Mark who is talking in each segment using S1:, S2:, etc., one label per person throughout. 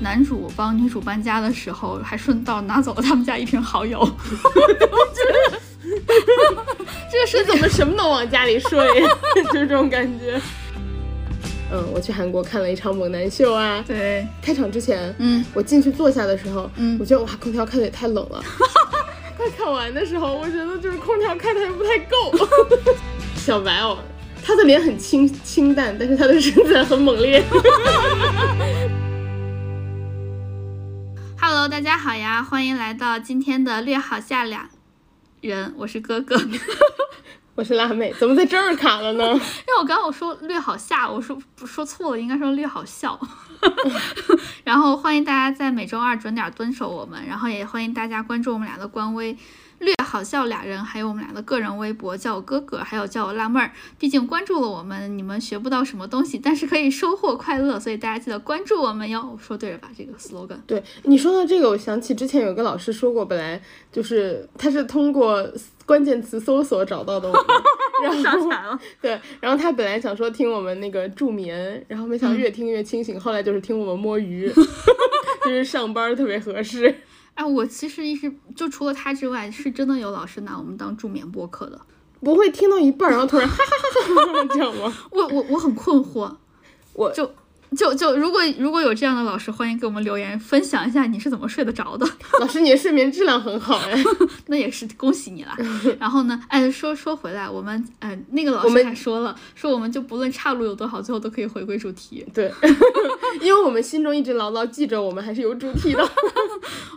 S1: 男主帮女主搬家的时候，还顺道拿走了他们家一瓶蚝油。我觉得这个
S2: 这
S1: 事
S2: 怎
S1: 情
S2: 么什么都往家里睡， 就是这种感觉。嗯，我去韩国看了一场猛男秀啊，
S1: 对，
S2: 开场之前，
S1: 嗯，
S2: 我进去坐下的时候，
S1: 嗯
S2: 我觉得哇，空调开的也太 冷了。快看完的时候，我觉得就是空调开的还不太 够。小白哦，他的脸很清清淡，但是他的身材很猛烈。
S1: Hello，大家好呀，欢迎来到今天的略好下两人，我是哥哥。因
S2: 我是辣妹，怎么在这儿卡了
S1: 为
S2: 呢？
S1: 我刚刚我说略好下，我说说错了，应该说略好笑。 然后欢迎大家在每周二准点蹲守我们，然后也欢迎大家关注我们俩的官微“略好笑俩人”，还有我们俩的个人微博，叫我哥哥，还有叫我辣妹儿。毕竟关注了我们，你们学不到什么东西，但是可以收获快乐，所以大家记得关注我们哟。我说对了吧？这个 slogan。
S2: 对你说到这个，我想起之前有个老师说过，本来就是他是通过关键词搜索找到的我们，然后
S1: 了，
S2: 对，然后他本来想说听我们那个助眠，然后没想到越听越清醒，后来就是听我们摸鱼， 就是上班特别合适。
S1: 哎，我其实一直就除了他之外，是真的有老师拿我们当助眠播客的。
S2: 不会听到一半，然后突然哈哈哈哈哈这样吗？
S1: 我我我很困惑，
S2: 我
S1: 就就就如果如果有这样的老师，欢迎给我们留言分享一下你是怎么睡得着的，
S2: 老师，你的睡眠质量很好哎。
S1: 那也是恭喜你啦。然后呢，哎，说说回来，我们呃那个老
S2: 我
S1: 师
S2: 们
S1: 还说了，说我们就不论岔路有多好，最后都可以回归主题。
S2: 对， 因为我们心中一直牢牢记着，我们还是有主题的。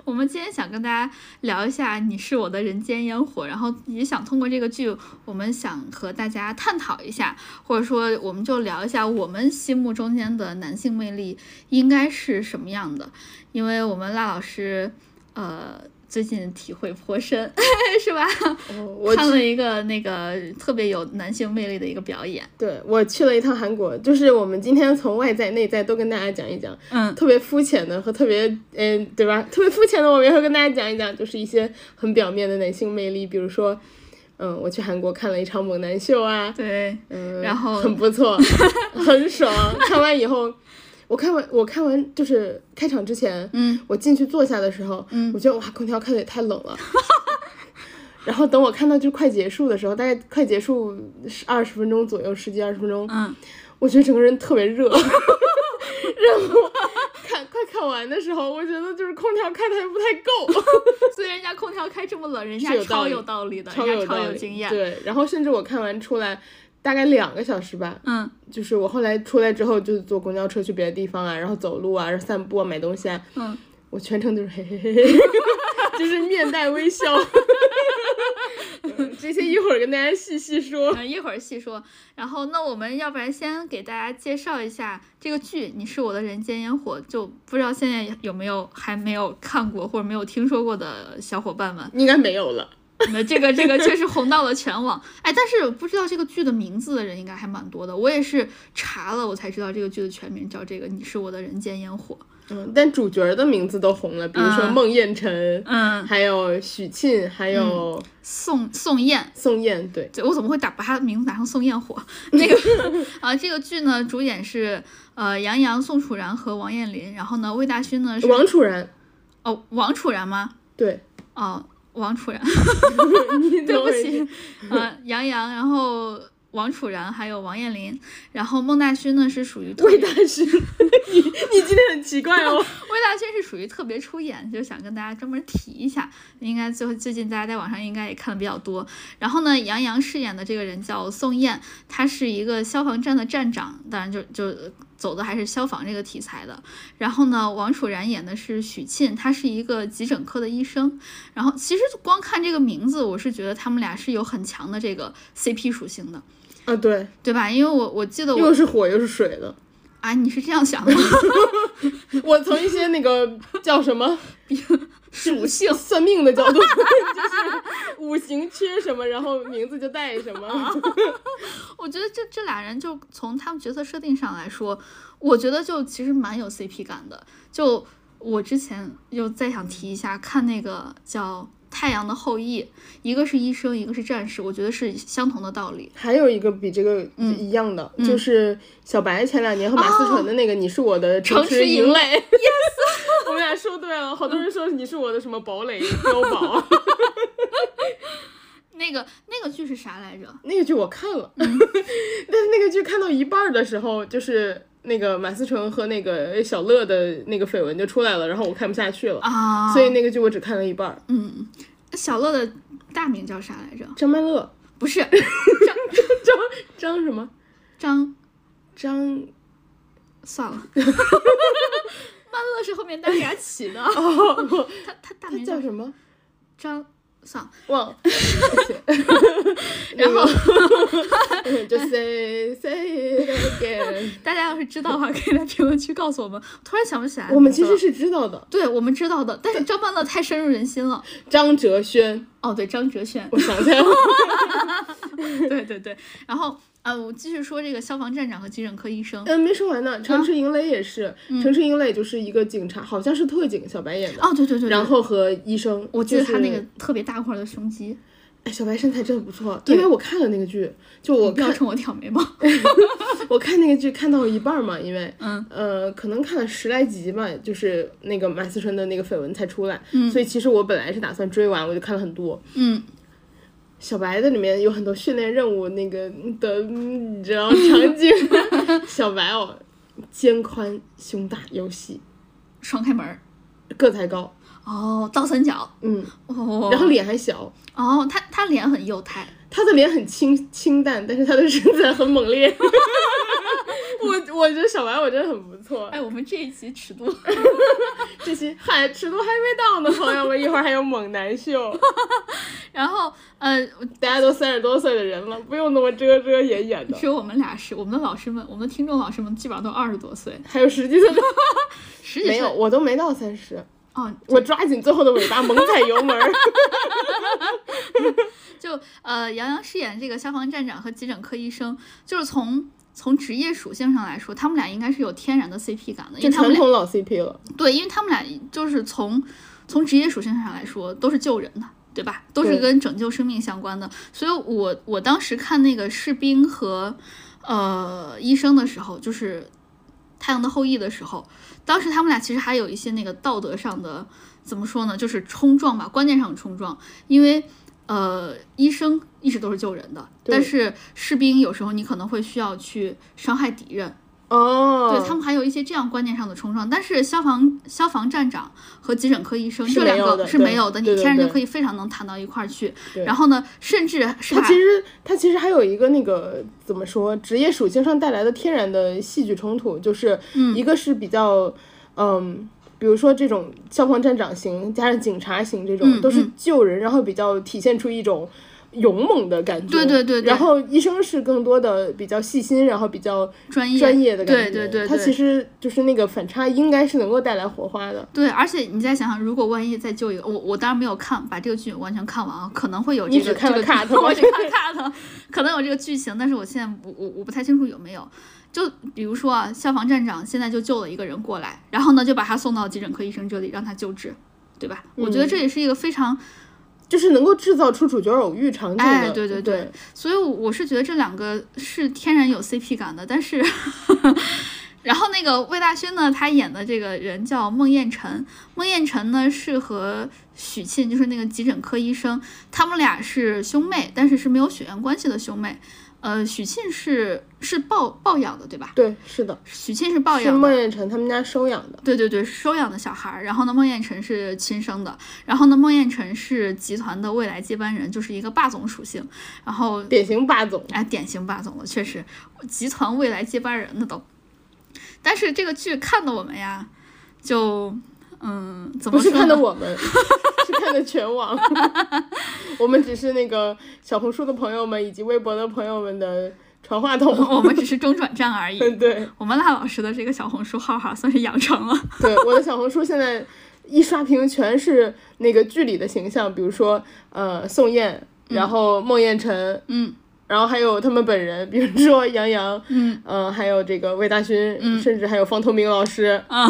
S1: 我们今天想跟大家聊一下《你是我的人间烟火》，然后也想通过这个剧，我们想和大家探讨一下，或者说我们就聊一下我们心目中间的男性魅力应该是什么样的，因为我们辣老师，呃。最近体会颇深， 是吧？
S2: 哦我
S1: 看了一个那个特别有男性魅力的一个表演，
S2: 对我去了一趟韩国，就是我们今天从外在、内在都跟大家讲一讲，
S1: 嗯，
S2: 特别肤浅的和特别，嗯、对吧？特别肤浅的，我们也会跟大家讲一讲，就是一些很表面的男性魅力，比如说，嗯，我去韩国看了一场猛男秀啊，
S1: 对，
S2: 嗯，
S1: 然后
S2: 很不错，很爽。看完以后，我看完我看完就是开场之前，
S1: 嗯，
S2: 我进去坐下的时候，
S1: 嗯
S2: 我觉得哇，空调开的也太冷了。 然后等我看到就快结束的时候，大概快结束二十分钟左右，十几二十分钟，
S1: 嗯，
S2: 我觉得整个人特别热。 然后看快看完的时候，我觉得就是空调开的还不太 够。
S1: 所以人家空调开这么冷，人
S2: 是
S1: 家
S2: 有道
S1: 超
S2: 理
S1: 有道理的，
S2: 超
S1: 人
S2: 有
S1: 家超
S2: 道
S1: 有
S2: 理
S1: 经验，
S2: 对，然后甚至我看完出来大概两个小时吧，
S1: 嗯
S2: 就是我后来出来之后，就是坐公交车去别的地方啊，然后走路啊，然后散步啊，买东西啊，
S1: 嗯，
S2: 我全程就是嘿嘿嘿嘿， 就是面带微笑。 嗯这些一会儿跟大家细细 说。，
S1: 嗯，一会儿细说。然后，那我们要不然先给大家介绍一下这个剧《你是我的人间烟火》，就不知道现在有没有还没有看过或者没有听说过的小伙伴们
S2: 应该没有了，
S1: 那这个这个确实红到了全网。哎，但是不知道这个剧的名字的人应该还蛮多的。我也是查了，我才知道这个剧的全名叫这个《你是我的人间烟火》。
S2: 嗯，但主角的名字都红了，比如说
S1: 嗯
S2: 孟宴臣，
S1: 嗯，
S2: 还有许沁，还有
S1: 宋宋焰
S2: 宋焰，对，
S1: 对我怎么会打把他的名字打成宋焰火？ 那个啊，这个剧呢，主演是呃杨洋、宋楚然和王彦霖，然后呢，魏大勋呢是
S2: 王楚然，
S1: 哦王楚然吗？
S2: 对，
S1: 哦，王楚然，
S2: 你
S1: 对
S2: 懂
S1: 不
S2: 我意
S1: 起
S2: 思，
S1: 呃杨洋，然后王楚然还有王彦霖，然后孟大勋呢是属于特
S2: 魏
S1: 别
S2: 大勋， 你你今天很奇 怪哦。
S1: 魏大勋是属于特别出演，就想跟大家专门提一下。应该最最近大家在网上应该也看的比较多。然后呢，杨洋饰演的这个人叫宋焰，他是一个消防站的站长，当然就就走的还是消防这个题材的。然后呢，王楚然演的是许沁，他是一个急诊科的医生。然后其实光看这个名字，我是觉得他们俩是有很强的这个 CP 属性的，
S2: 啊，对，
S1: 对吧？因为我我记得我
S2: 又是火又是水的。
S1: 啊，你是这样想的 吗？
S2: 我从一些那个叫什么
S1: 属性
S2: 算命的角度， 就是五行缺什么，然后名字就带什 么。
S1: 我觉得这这俩人就从他们角色设定上来说，我觉得就其实蛮有 CP 感的。就我之前又再想提一下，看那个叫《太阳的后裔》，一个是医生，一个是战士，我觉得是相同的道 理。
S2: 还有一个比这个一样的，就是小白前两年和马思纯的那个《你是我的
S1: 城
S2: 池
S1: 池
S2: 营
S1: 营 垒，
S2: 我们俩说对了，好多人说你是我的什么堡垒碉堡，
S1: 那个那个剧是啥来着？
S2: 那个剧我看了， 但是那个剧看到一半儿的时候，就是那个马思纯和那个小乐的那个绯闻就出来了，然后我看不下去了，
S1: 啊，
S2: 所以那个剧我只看了一半儿。
S1: 嗯，小乐的大名叫啥来着？
S2: 张曼乐，
S1: 不是
S2: 张张什么？
S1: 张，
S2: 张
S1: 算了，曼乐是后面大家起的，
S2: 哦，
S1: 他他大
S2: 他
S1: 名
S2: 叫
S1: 叫
S2: 什么？
S1: 张，算了，
S2: 忘了。
S1: 然后。
S2: 哎 就 say say it again。
S1: 大家要是知道的话，可以在评论区告诉我们。突然想不起来名字了，
S2: 我们其实是知道的，
S1: 对我们知道的，但是张曼乐太深入人心了。
S2: 张哲轩，
S1: 哦，对，张哲轩，
S2: 我想起来了，
S1: 对对对。然后呃，我继续说这个消防站长和急诊科医生。
S2: 嗯，没说完
S1: 啊
S2: 呢。城池营垒也是，
S1: 嗯
S2: 城池营垒就是一个警察，好像是特警小白演的，
S1: 哦，对对对对。
S2: 然后和医生，
S1: 我记得
S2: 就是
S1: 他那个特别大块的胸肌，
S2: 哎，小白身材真的不错，因为我看了那个剧，就我
S1: 不要
S2: 看
S1: 冲我挑眉毛。
S2: 我看那个剧看到一半嘛，因为
S1: 嗯
S2: 呃，可能看了十来集吧，就是那个马思纯的那个绯闻才出来，所以其实我本来是打算追完，我就看了很多，
S1: 嗯，
S2: 小白的里面有很多训练任务那个嗯的，你知道场景。 小白哦，肩宽胸大有戏，
S1: 双开门儿。
S2: 个子还高，
S1: 哦，倒三角。
S2: 嗯，
S1: 哦，
S2: 然后脸还小。
S1: 哦，他他脸很幼态。
S2: 他的脸很清清淡，但是他的身材很 猛烈。我我觉得小白我真的很不错。
S1: 哎，我们这一集尺度
S2: 这期嗨，尺度还没到呢，朋友们，一会儿还有猛男秀，
S1: 然后呃，
S2: 大家都三十多岁的人了，不用那么遮遮掩掩的。
S1: 只有我们俩是，我们的老师们，我们的听众老师们基本上都二十多岁，
S2: 还有十几岁的，
S1: 十几岁。
S2: 没有，我都没到三十。
S1: 哦，
S2: 我抓紧最后的尾巴，猛踩油门儿。
S1: 就呃，杨洋饰演这个消防站长和急诊科医生，就是从从职业属性上来说，他们俩应该是有天然的 CP 感的，因
S2: 就
S1: 为他们
S2: 传
S1: 俩
S2: 统老 CP 了，
S1: 对，因为他们俩就是从从职业属性上来说都是救人的。对吧？都是
S2: 对
S1: 跟拯救生命相关的，所以我我当时看那个士兵和呃医生的时候，就是《太阳的后裔》的时候，当时他们俩其实还有一些那个道德上的怎么说呢，就是冲撞吧，观念上的冲撞，因为。呃，医生一直都是救人的，
S2: 对
S1: 但是士兵有时候你可能会需要去伤害敌人，
S2: 哦，
S1: 对他们还有一些这样观念上的冲撞。但是消防消防站长和急诊科医生
S2: 是
S1: 这两
S2: 没有
S1: 个
S2: 的
S1: 是
S2: 对
S1: 没有的，你
S2: 对对
S1: 天然就
S2: 对
S1: 可以非常能谈到一块儿去。
S2: 对
S1: 然后呢，甚至是
S2: 他
S1: 把
S2: 其实他其实还有一个那个怎么说，职业属性上带来的天然的戏剧冲突，就是
S1: 嗯
S2: 一个是比较嗯。比如说这种消防站长型加上警察型这种，
S1: 嗯
S2: 都是
S1: 嗯
S2: 救人，然后比较体现出一种勇猛的感觉。
S1: 对对对对
S2: 然后医生是更多的比较细心，然后比较
S1: 专业
S2: 专业的感觉。
S1: 对对对
S2: 他
S1: 对
S2: 其实就是那个反差，应该是能够带来火花的。
S1: 对，而且你再想想，如果万一再救一个，我我当然没有看把这个剧完全看完啊，可能会有这
S2: 你
S1: 个
S2: 只看了
S1: 这
S2: cut
S1: 个， 我
S2: 吗
S1: 只看 cut，可能有这个剧情，但是我现在我我我不太清楚有没有。就比如说啊，消防站长现在就救了一个人过来，然后呢就把他送到急诊科医生这里让他救治，对吧？我觉
S2: 嗯
S1: 得这也是一个非常
S2: 就是能够制造出主角偶遇场景的。
S1: 哎对对
S2: 对
S1: 对所以我我是觉得这两个是天然有 CP 感的，但是，然后那个魏大勋呢，他演的这个人叫孟宴臣，孟宴臣呢是和许沁，就是那个急诊科医生，他们俩是兄妹，但是是没有血缘关系的兄妹。呃，许沁是是抱抱养的，对吧？
S2: 对，是的，
S1: 许沁是抱
S2: 是
S1: 养
S2: 孟
S1: 的。
S2: 宴臣他们家收养的。
S1: 对对对，收养的小孩儿，然后呢，孟宴臣是亲生的，然后呢，孟宴臣是集团的未来接班人，就是一个霸总属性，然后
S2: 典型霸总，
S1: 哎，典型霸总了，确实，集团未来接班人那都。但是这个剧看的我们呀，就嗯，怎
S2: 不
S1: 么
S2: 是
S1: 说
S2: 看的
S1: 呢？
S2: 我们， 是看的全网。 我们只是那个小红书的朋友们以及微博的朋友们的传话筒。
S1: 我们只是中转站而已。
S2: 嗯， 对
S1: 我们辣老师的这个小红书号哈，算是养成了。
S2: 对，我的小红书现在一刷屏全是那个剧里的形象，比如说呃宋焰，然后孟宴臣，
S1: 嗯
S2: 然后还有他们本人，比如说杨洋呃
S1: 嗯
S2: 嗯、还有这个魏大勋，甚至还有方头明老师，
S1: 啊，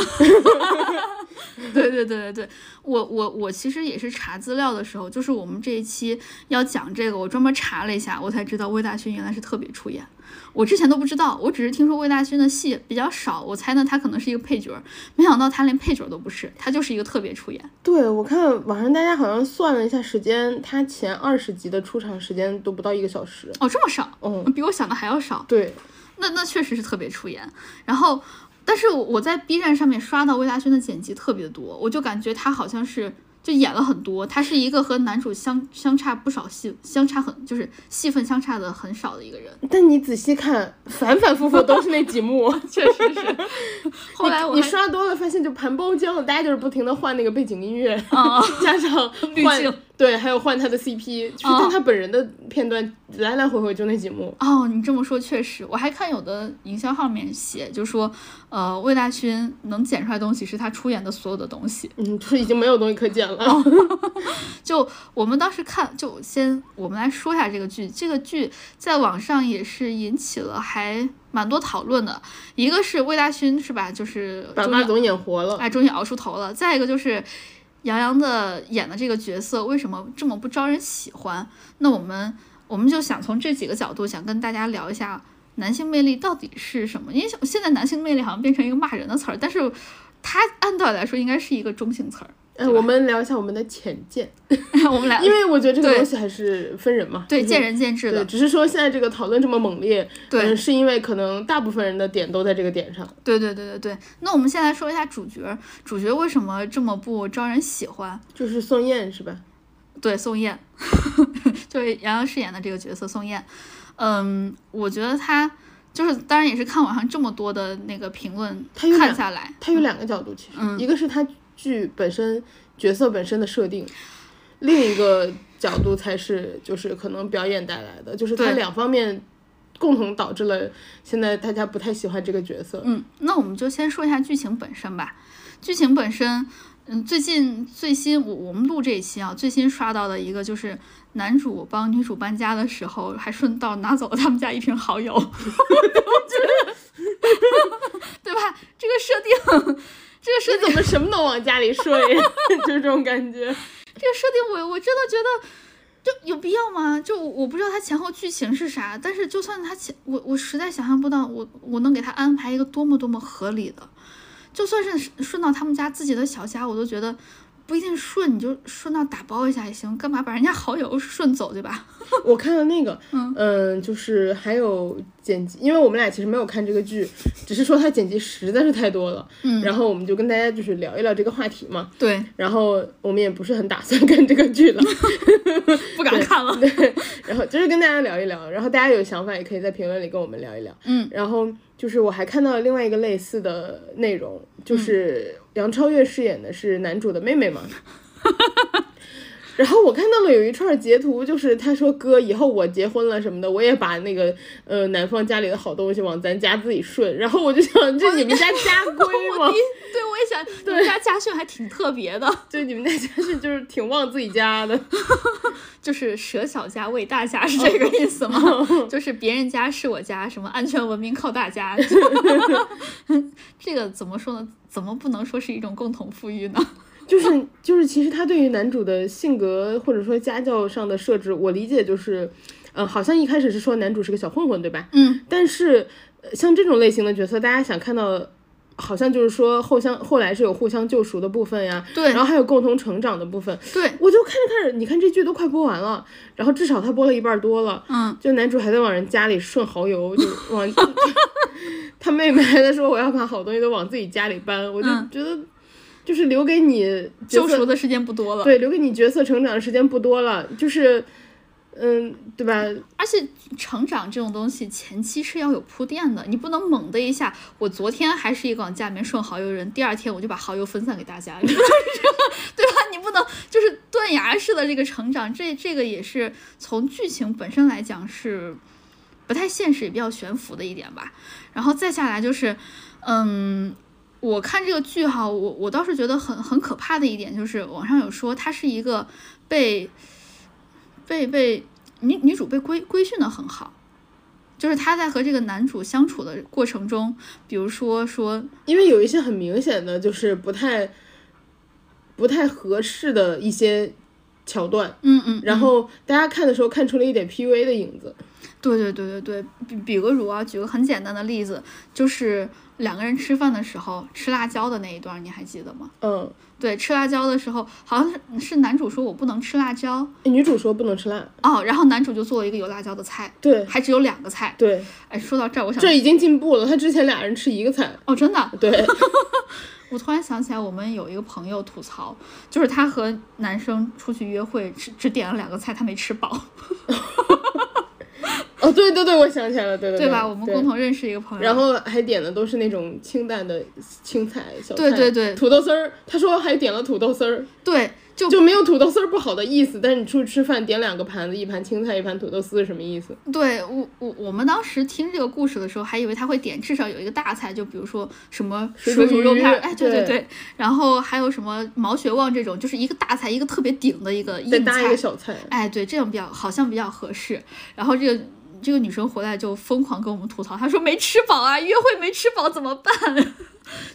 S1: 对对对对对，我我我其实也是查资料的时候，就是我们这一期要讲这个，我专门查了一下，我才知道魏大勋原来是特别出演。我之前都不知道，我只是听说魏大勋的戏比较少，我猜呢他可能是一个配角，没想到他连配角都不是，他就是一个特别出演。
S2: 对，我看网上大家好像算了一下时间，他前二十集的出场时间都不到一个小时。
S1: 哦，这么少，
S2: 嗯，
S1: 比我想的还要少。
S2: 对，
S1: 那那确实是特别出演。然后，但是我我在 B 站上面刷到魏大勋的剪辑特别多，我就感觉他好像是就演了很多，他是一个和男主相相差不少戏，相差很就是戏份相差的很少的一个人。
S2: 但你仔细看，反反复复都是那几幕。
S1: 确实是。 后来我
S2: 你
S1: 还
S2: 刷多了，发现就盘包浆了，大家就是不停的换那个背景音乐，
S1: 啊
S2: 加上
S1: 滤
S2: 换
S1: 镜
S2: 对，还有换他的 CP，就是但他本人的片段来来回回就那几幕。
S1: 哦，你这么说确实，我还看有的营销号里面写，就说，呃，魏大勋能剪出来的东西是他出演的所有的东西，
S2: 嗯，就是已经没有东西可剪
S1: 哦
S2: 了。
S1: 就我们当时看，就先我们来说一下这个剧。这个剧在网上也是引起了还蛮多讨论的。一个是魏大勋是吧？就是
S2: 把
S1: 终
S2: 马
S1: 于
S2: 总演活了，
S1: 哎，终于熬出头了。再一个就是杨洋的演的这个角色为什么这么不招人喜欢？那我们我们就想从这几个角度想跟大家聊一下男性魅力到底是什么？因为现现在男性魅力好像变成一个骂人的词儿，但是它按道理来说应该是一个中性词儿。
S2: 哎，我们聊一下我们的浅见，
S1: 我们俩
S2: 因为我觉得这个
S1: 对
S2: 东西还是分人嘛。
S1: 对
S2: 就是
S1: 见仁见智的
S2: 对，。只是说现在这个讨论这么猛烈，
S1: 对
S2: 嗯是因为可能大部分人的点都在这个点上。
S1: 对对对对对，那我们先来说一下主角，主角为什么这么不招人喜欢？
S2: 就是宋焰是吧？
S1: 对，宋焰， 就是杨洋饰演的这个角色宋焰。嗯，我觉得他就是，当然也是看网上这么多的那个评论
S2: 他有
S1: 看
S2: 两
S1: 下来，
S2: 它有两个角度，其实、
S1: 嗯
S2: 一个是它剧本身角色本身的设定，另一个角度才是就是可能表演带来的，就是它
S1: 对
S2: 两方面共同导致了现在大家不太喜欢这个角色。
S1: 嗯，那我们就先说一下剧情本身吧。剧情本身，嗯，最近最新我我们录这一期啊，最新刷到的一个就是男主帮女主搬家的时候，还顺道拿走了他们家一瓶蚝 油，我觉得， 对吧？这个设定，这个设
S2: 这
S1: 定，
S2: 怎么什么都往家里睡， 就是这种感觉。
S1: 这个设定我，我真的觉得。就有必要吗？就我不知道他前后剧情是啥，但是就算他前我我实在想象不到我我能给他安排一个多么多么合理的，就算是顺顺到他们家自己的小家，我都觉得不一定顺，你就顺道打包一下也行，干嘛把人家好友顺走对吧？
S2: 我看了那个，
S1: 嗯
S2: 嗯、就是还有剪辑，因为我们俩其实没有看这个剧，只是说它剪辑实在是太多了，
S1: 嗯
S2: 然后我们就跟大家就是聊一聊这个话题嘛，
S1: 对，
S2: 然后我们也不是很打算 看这个剧了，
S1: 不敢看了。
S2: 对，然后就是跟大家聊一聊，然后大家有想法也可以在评论里跟我们聊一聊，
S1: 嗯，
S2: 然后就是我还看到了另外一个类似的内容，就是
S1: 嗯
S2: 杨超越饰演的是男主的妹妹嘛。然后我看到了有一串截图，就是他说哥，以后我结婚了什么的，我也把那个呃男方家里的好东西往咱家自己顺。然后我就想，这你们家家规吗？
S1: 对， 我也想，你们家家训还挺特别的，
S2: 就你们家家是就是挺旺自己家的。
S1: 就是舍小家为大家，是这个意思吗？就是别人家是我家，什么安全文明靠大 家，这个怎么说呢？怎么不能说是一种共同富裕呢？
S2: 就是就是，其实他对于男主的性格或者说家教上的设置，我理解就是，呃，好像一开始是说男主是个小混混，对吧？
S1: 嗯，
S2: 但是、呃像这种类型的角色，大家想看到，好像就是说后相后来是有互相救赎的部分呀，
S1: 对
S2: 然后还有共同成长的部分。
S1: 对，
S2: 我就看着看着，你看这剧都快播完了，然后至少他播了一半多了，
S1: 嗯，
S2: 就男主还在往人家里顺蚝油，就往 他妹妹还在说我要把好东西都往自己家里搬，我就
S1: 嗯
S2: 觉得就是留给你角
S1: 救
S2: 色
S1: 赎的时间不多了。
S2: 对，留给你角色成长的时间不多了，就是，嗯，对吧？
S1: 而且成长这种东西，前期是要有铺垫的，你不能猛的一下。我昨天还是一个往家里面顺蚝油人，第二天我就把蚝油分散给大家，你知道是 对吧？你不能就是断崖式的这个成长，这这个也是从剧情本身来讲是不太现实，也比较悬浮的一点吧。然后再下来就是，嗯。我看这个剧哈，我我倒是觉得很很可怕的一点就是，网上有说它是一个被被被女女主被规规训的很好，就是她在和这个男主相处的过程中，比如说说
S2: 因为有一些很明显的就是不太不太合适的一些桥段，
S1: 嗯嗯，
S2: 然后大家看的时候看出了一点 PUA 的影子。
S1: 对对对对对，比比个如啊，举个很简单的例子，就是两个人吃饭的时候吃辣椒的那一段，你还记得吗？
S2: 嗯，
S1: 对，吃辣椒的时候，好像是是男主说我不能吃辣椒
S2: 诶女主说不能吃辣，
S1: 哦，然后男主就做了一个有辣椒的菜，
S2: 对
S1: 还只有两个菜。
S2: 对，
S1: 哎，说到这儿，我想
S2: 这已经进步了。他之前俩人吃一个菜，
S1: 哦，真的，
S2: 对，
S1: 我突然想起来，我们有一个朋友吐槽，就是他和男生出去约会，只只点了两个菜，他没吃饱，
S2: 哦对对对，我想起来了，对对
S1: 对
S2: 对
S1: 吧？我们
S2: 对
S1: 共同认识一个朋友，
S2: 然后还点的都是那种清淡的青菜小菜，
S1: 对对对
S2: 土豆丝儿。他说还点了土豆丝儿，
S1: 对，就
S2: 就没有土豆丝儿不好的意思。但是你出去吃饭点两个盘子，一盘青菜，一盘土豆丝，什么意思？
S1: 对我我我们当时听这个故事的时候，还以为他会点至少有一个大菜，就比如说什么
S2: 水
S1: 水
S2: 煮
S1: 煮肉片儿，
S2: 鱼
S1: 哎，对对
S2: 对
S1: 对，然后还有什么毛血旺这种，就是一个大菜，一个特别顶的一个
S2: 再
S1: 硬
S2: 搭一个
S1: 菜，
S2: 小菜，
S1: 哎，对，这样比较好像比较合适。然后这个这个女生回来就疯狂跟我们吐槽，她说没吃饱啊，约会没吃饱怎么办？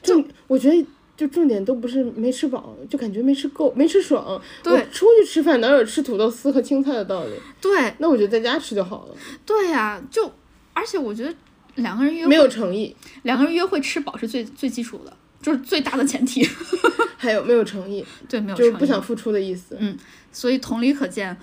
S2: 重我觉得。就重点都不是没吃饱，就感觉没吃够，没吃爽。
S1: 对
S2: 我出去吃饭哪有吃土豆丝和青菜的道理？
S1: 对
S2: 那我就在家吃就好了，
S1: 对呀、就而且我觉得两个人约
S2: 没
S1: 会，
S2: 有诚意，
S1: 两个人约会吃饱是最最基础的，就是最大的前提。
S2: 还有没有诚意，
S1: 对，没有
S2: 就是
S1: 诚
S2: 不
S1: 意
S2: 想付出的意思。
S1: 所以同理可见，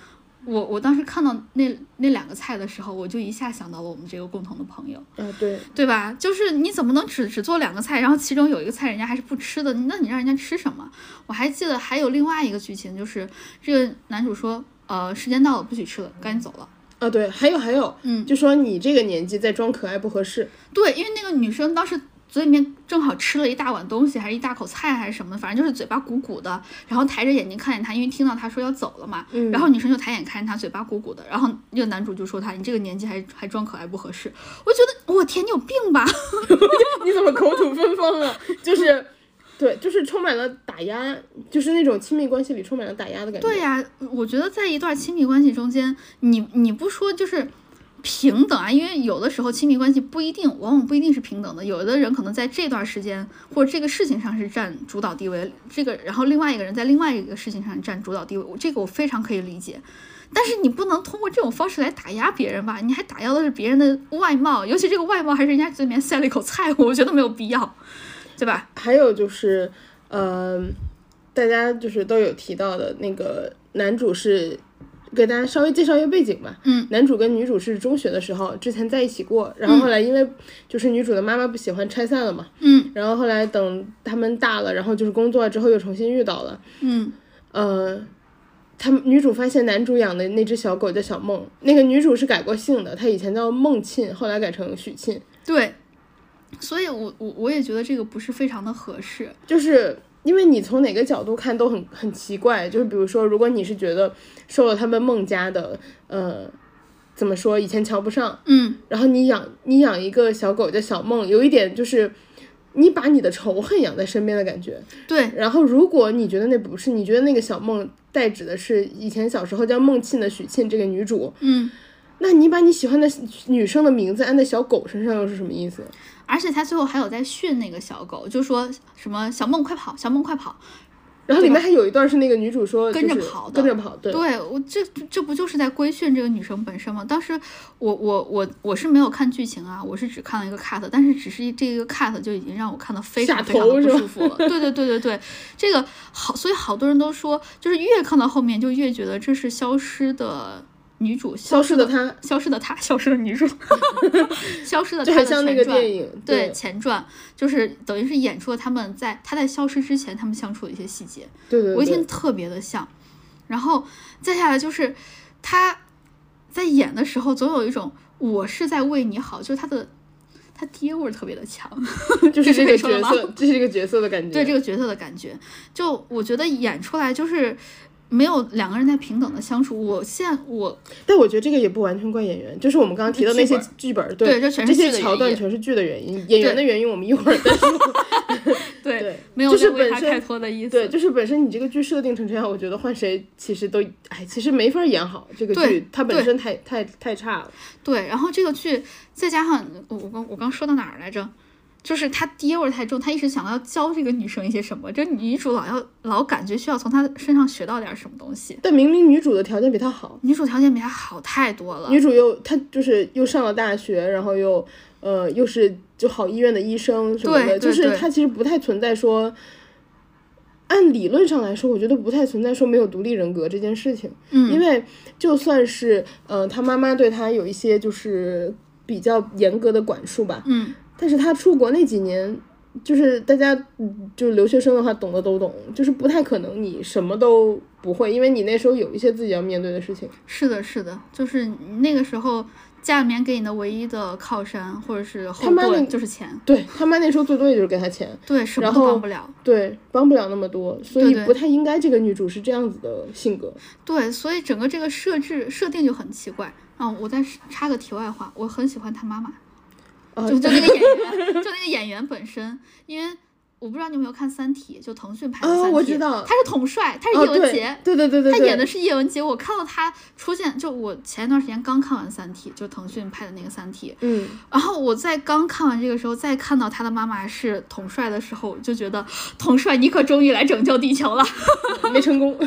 S1: 我我当时看到那那两个菜的时候，我就一下想到了我们这个共同的朋友，
S2: 啊，对，
S1: 对吧？就是你怎么能只只做两个菜，然后其中有一个菜人家还是不吃的，那你让人家吃什么？我还记得还有另外一个剧情，就是这个男主说，呃，时间到了，不许吃了，赶紧走了。
S2: 啊对，还有还有，
S1: 嗯
S2: 就说你这个年纪再装可爱不合适。
S1: 对，因为那个女生当时。嘴里面正好吃了一大碗东西，还是一大口菜，还是什么，反正就是嘴巴鼓鼓的，然后抬着眼睛看见他，因为听到他说要走了嘛，
S2: 嗯，
S1: 然后女生就抬眼看着他，嘴巴鼓鼓的。然后那个男主就说他：“你这个年纪还还装可爱不合适。”我觉得我天，你有病吧？
S2: 你怎么口吐芬芳啊？就是，对，就是充满了打压，就是那种亲密关系里充满了打压的感觉。
S1: 对呀、嗯我觉得在一段亲密关系中间，你你不说就是平等啊，因为有的时候亲密关系不一定，往往不一定是平等的。有的人可能在这段时间或者这个事情上是占主导地位，这个然后另外一个人在另外一个事情上占主导地位，我这个我非常可以理解。但是你不能通过这种方式来打压别人吧？你还打压的是别人的外貌，尤其这个外貌还是人家嘴里面塞了一口菜， 我觉得没有必要，对吧？
S2: 还有就是，呃，大家就是都有提到的那个男主是，给大家稍微介绍一个背景吧。
S1: 嗯，
S2: 男主跟女主是中学的时候之前在一起过，然后后来因为就是女主的妈妈不喜欢拆散了嘛，
S1: 嗯
S2: 然后后来等他们大了，然后就是工作之后又重新遇到了，
S1: 嗯
S2: 呃，他们女主发现男主养的那只小狗叫小梦，那个女主是改过姓的，她以前叫孟沁，后来改成许沁，
S1: 对，所以我我我也觉得这个不是非常的合适。
S2: 就是因为你从哪个角度看都很很奇怪，就是比如说，如果你是觉得受了他们孟家的呃怎么说以前瞧不上，
S1: 嗯，
S2: 然后你养你养一个小狗叫小梦，有一点就是。你把你的仇恨养在身边的感觉，
S1: 对
S2: 然后如果你觉得那不是，你觉得那个小梦代指的是以前小时候叫孟沁的许沁这个女主，
S1: 嗯，
S2: 那你把你喜欢的女生的名字安在小狗身上又是什么意思？
S1: 而且他最后还有在训那个小狗，就说什么“小梦快跑，小梦快跑
S2: 然后里面还有一段是那个女主说、
S1: 跟着
S2: 就是
S1: 跑的
S2: 跟着跑，”对，
S1: 对我这这不就是在规训这个女生本身吗？当时我我我我是没有看剧情啊，我是只看了一个 cut，但是只是这个 cut 就已经让我看的非
S2: 下
S1: 常
S2: 头
S1: 非常的
S2: 是吧
S1: 不舒服了。对对对对 对，这个好，所以好多人都说，就是越看到后面就越觉得这是消失的女主，消
S2: 消失的她
S1: 消失的她，消失的女主，消失的
S2: 就
S1: 她的
S2: 很像那
S1: 前
S2: 个
S1: 传。
S2: 电影，
S1: 对
S2: 对
S1: 前传，就是等于是演出了他们在他在消失之前他们相处的一些细节，
S2: 对对
S1: 我一
S2: 对
S1: 听特别的像。然后再下来就是他在演的时候，总有一种我是在为你好，就是他的他爹味儿特别的强，
S2: 就是
S1: 这
S2: 这
S1: 可以
S2: 个
S1: 说了
S2: 角
S1: 吗
S2: 色，这是这个角色的感觉，
S1: 对这个角色的感觉，就我觉得演出来就是没有两个人在平等的相处。我现在我
S2: 但我觉得这个也不完全怪演员，就是我们刚刚提到那些
S1: 剧
S2: 剧本，
S1: 对这
S2: 对，这
S1: 全是剧
S2: 些
S1: 的
S2: 桥段
S1: 原因
S2: 全是剧的原因，演员的原因我们一会儿再说。
S1: 对
S2: 对
S1: 没有
S2: 就是
S1: 在为
S2: 本
S1: 他
S2: 身
S1: 开脱的意思，
S2: 对，就是本身你这个剧设定成这样，我觉得换谁其实都，哎，其实没法演好这个
S1: 对
S2: 剧，它本身太太太差了。
S1: 对，然后这个剧再加上我我刚我刚说到哪儿来着？就是他爹味儿太重，他一直想要教这个女生一些什么，这女主老要老感觉需要从他身上学到点什么东西。
S2: 但明明女主的条件比他好，
S1: 女主条件比他好太多了，
S2: 女主又她就是又上了大学，然后又呃又是就好医院的医生什么
S1: 对
S2: 的，就
S1: 对
S2: 是
S1: 对
S2: 她其实不太存在说，按理论上来说，我觉得不太存在说没有独立人格这件事情，
S1: 嗯，
S2: 因为就算是呃她妈妈对她有一些就是比较严格的管束吧，
S1: 嗯，
S2: 但是她出国那几年。就是大家，嗯就留学生的话，懂的都懂，就是不太可能你什么都不会，因为你那时候有一些自己要面对的事情。
S1: 是的，是的，就是那个时候家里面给你的唯一的靠山或者是后
S2: 他妈那
S1: 盾
S2: 个
S1: 就是钱，
S2: 对他妈那时候最多也就是给他钱，
S1: 对，什么
S2: 然
S1: 都
S2: 后
S1: 帮不了。
S2: 对，帮不了那么多，所
S1: 对
S2: 以
S1: 对
S2: 不太应该这个女主是这样子的性格。
S1: 对，所以整个这个设置设定就很奇怪啊、我再插个题外话，我很喜欢他妈妈，
S2: 啊
S1: 就就那个演 员，就那个演员本身，因为我不知道你有没有看《三体》，就腾讯拍的《
S2: 哦
S1: 三体》
S2: 我知道
S1: 他是统帅，他是
S2: 哦，
S1: 叶文
S2: 对
S1: 洁。
S2: 对对对对，
S1: 他演的
S2: 是
S1: 是叶文洁，我看到他出现，就我前一段时间刚看完《三体》，就腾讯拍的那个《三体》，
S2: 嗯，
S1: 然后我在刚看完这个时候，再看到他的妈妈是统帅的时候，我就觉得 统帅你可终于来拯救地球了。
S2: 没成功。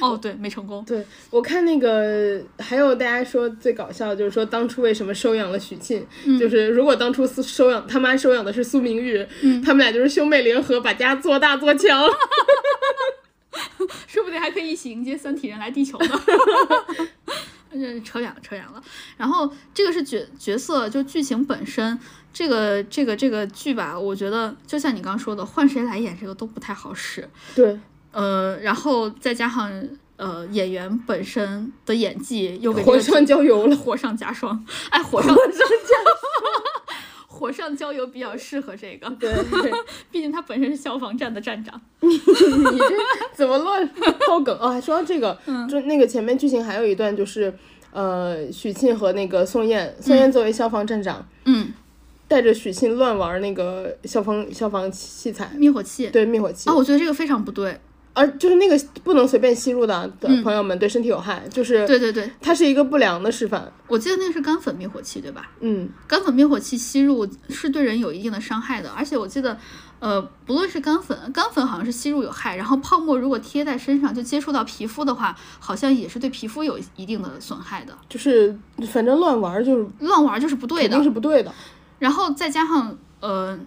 S1: 哦，对，没成功。
S2: 对我看那个，还有大家说最搞笑的就是说当初为什么收养了许沁，
S1: 嗯
S2: 就是如果当初苏收养他妈收养的是苏明玉，
S1: 嗯
S2: 他们俩就是兄妹联合把家做大做强。
S1: 说不定还可以一起迎接三体人来地球呢。这 扯远了，扯远了。然后这个是角角色，就剧情本身，这个这个这个剧吧，我觉得就像你刚说的，换谁来演这个都不太好使。
S2: 对，
S1: 呃，然后再加上呃演员本身的演技又给这
S2: 火
S1: 个剧
S2: 上浇油了。
S1: 火上加霜，哎，火上火上加 火上浇油比较适合这个，
S2: 对，
S1: 毕竟他本身是消防站的站长。
S2: 你这怎么 乱抛梗哦？还说到这个，
S1: 嗯
S2: 就那个前面剧情还有一段就是，呃，许沁和那个宋焰，宋焰作为消防站长，
S1: 嗯，
S2: 带着许沁乱玩那个消防消防器材，
S1: 灭火器。
S2: 对灭火器
S1: 啊，，我觉得这个非常不对。
S2: 而就是那个不能随便吸入的，的朋友们对身体有害，就是
S1: 嗯对对对，
S2: 它是一个不良的示范。
S1: 我记得那个是干粉灭火器，对吧？
S2: 嗯，
S1: 干粉灭火器吸入是对人有一定的伤害的，而且我记得，呃，不论是干粉，干粉好像是吸入有害，然后泡沫如果贴在身上就接触到皮肤的话，好像也是对皮肤有一定的损害的。
S2: 就是反正乱玩就是
S1: 乱玩就是不对
S2: 肯定
S1: 的，
S2: 是不对的。
S1: 然后再加上，呃，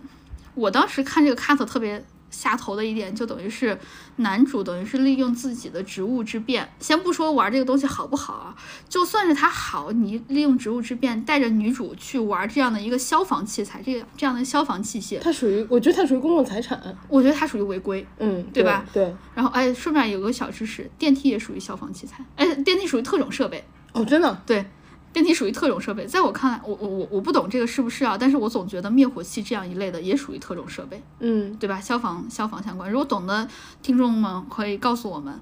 S1: 我当时看这个 cut 特别下头的一点，就等于是男主等于是利用自己的职务之便，先不说玩这个东西好不好啊，就算是他好，你利用职务之便带着女主去玩这样的一个消防器材，这个这样的消防器械，
S2: 它属于，我觉得它属于公共财产。
S1: 我觉得他属于违规。
S2: 嗯，
S1: 对吧
S2: 对，
S1: 然后，哎，顺便有个小知识，电梯也属于消防器材，哎，电梯属于特种设备，
S2: 哦，真的，
S1: 对。电梯属于特种设备，在我看来，我我我我不懂这个是不是啊，但是我总觉得灭火器这样一类的也属于特种设备。
S2: 嗯，
S1: 对吧？消防消防相关，如果懂的听众们可以告诉我们。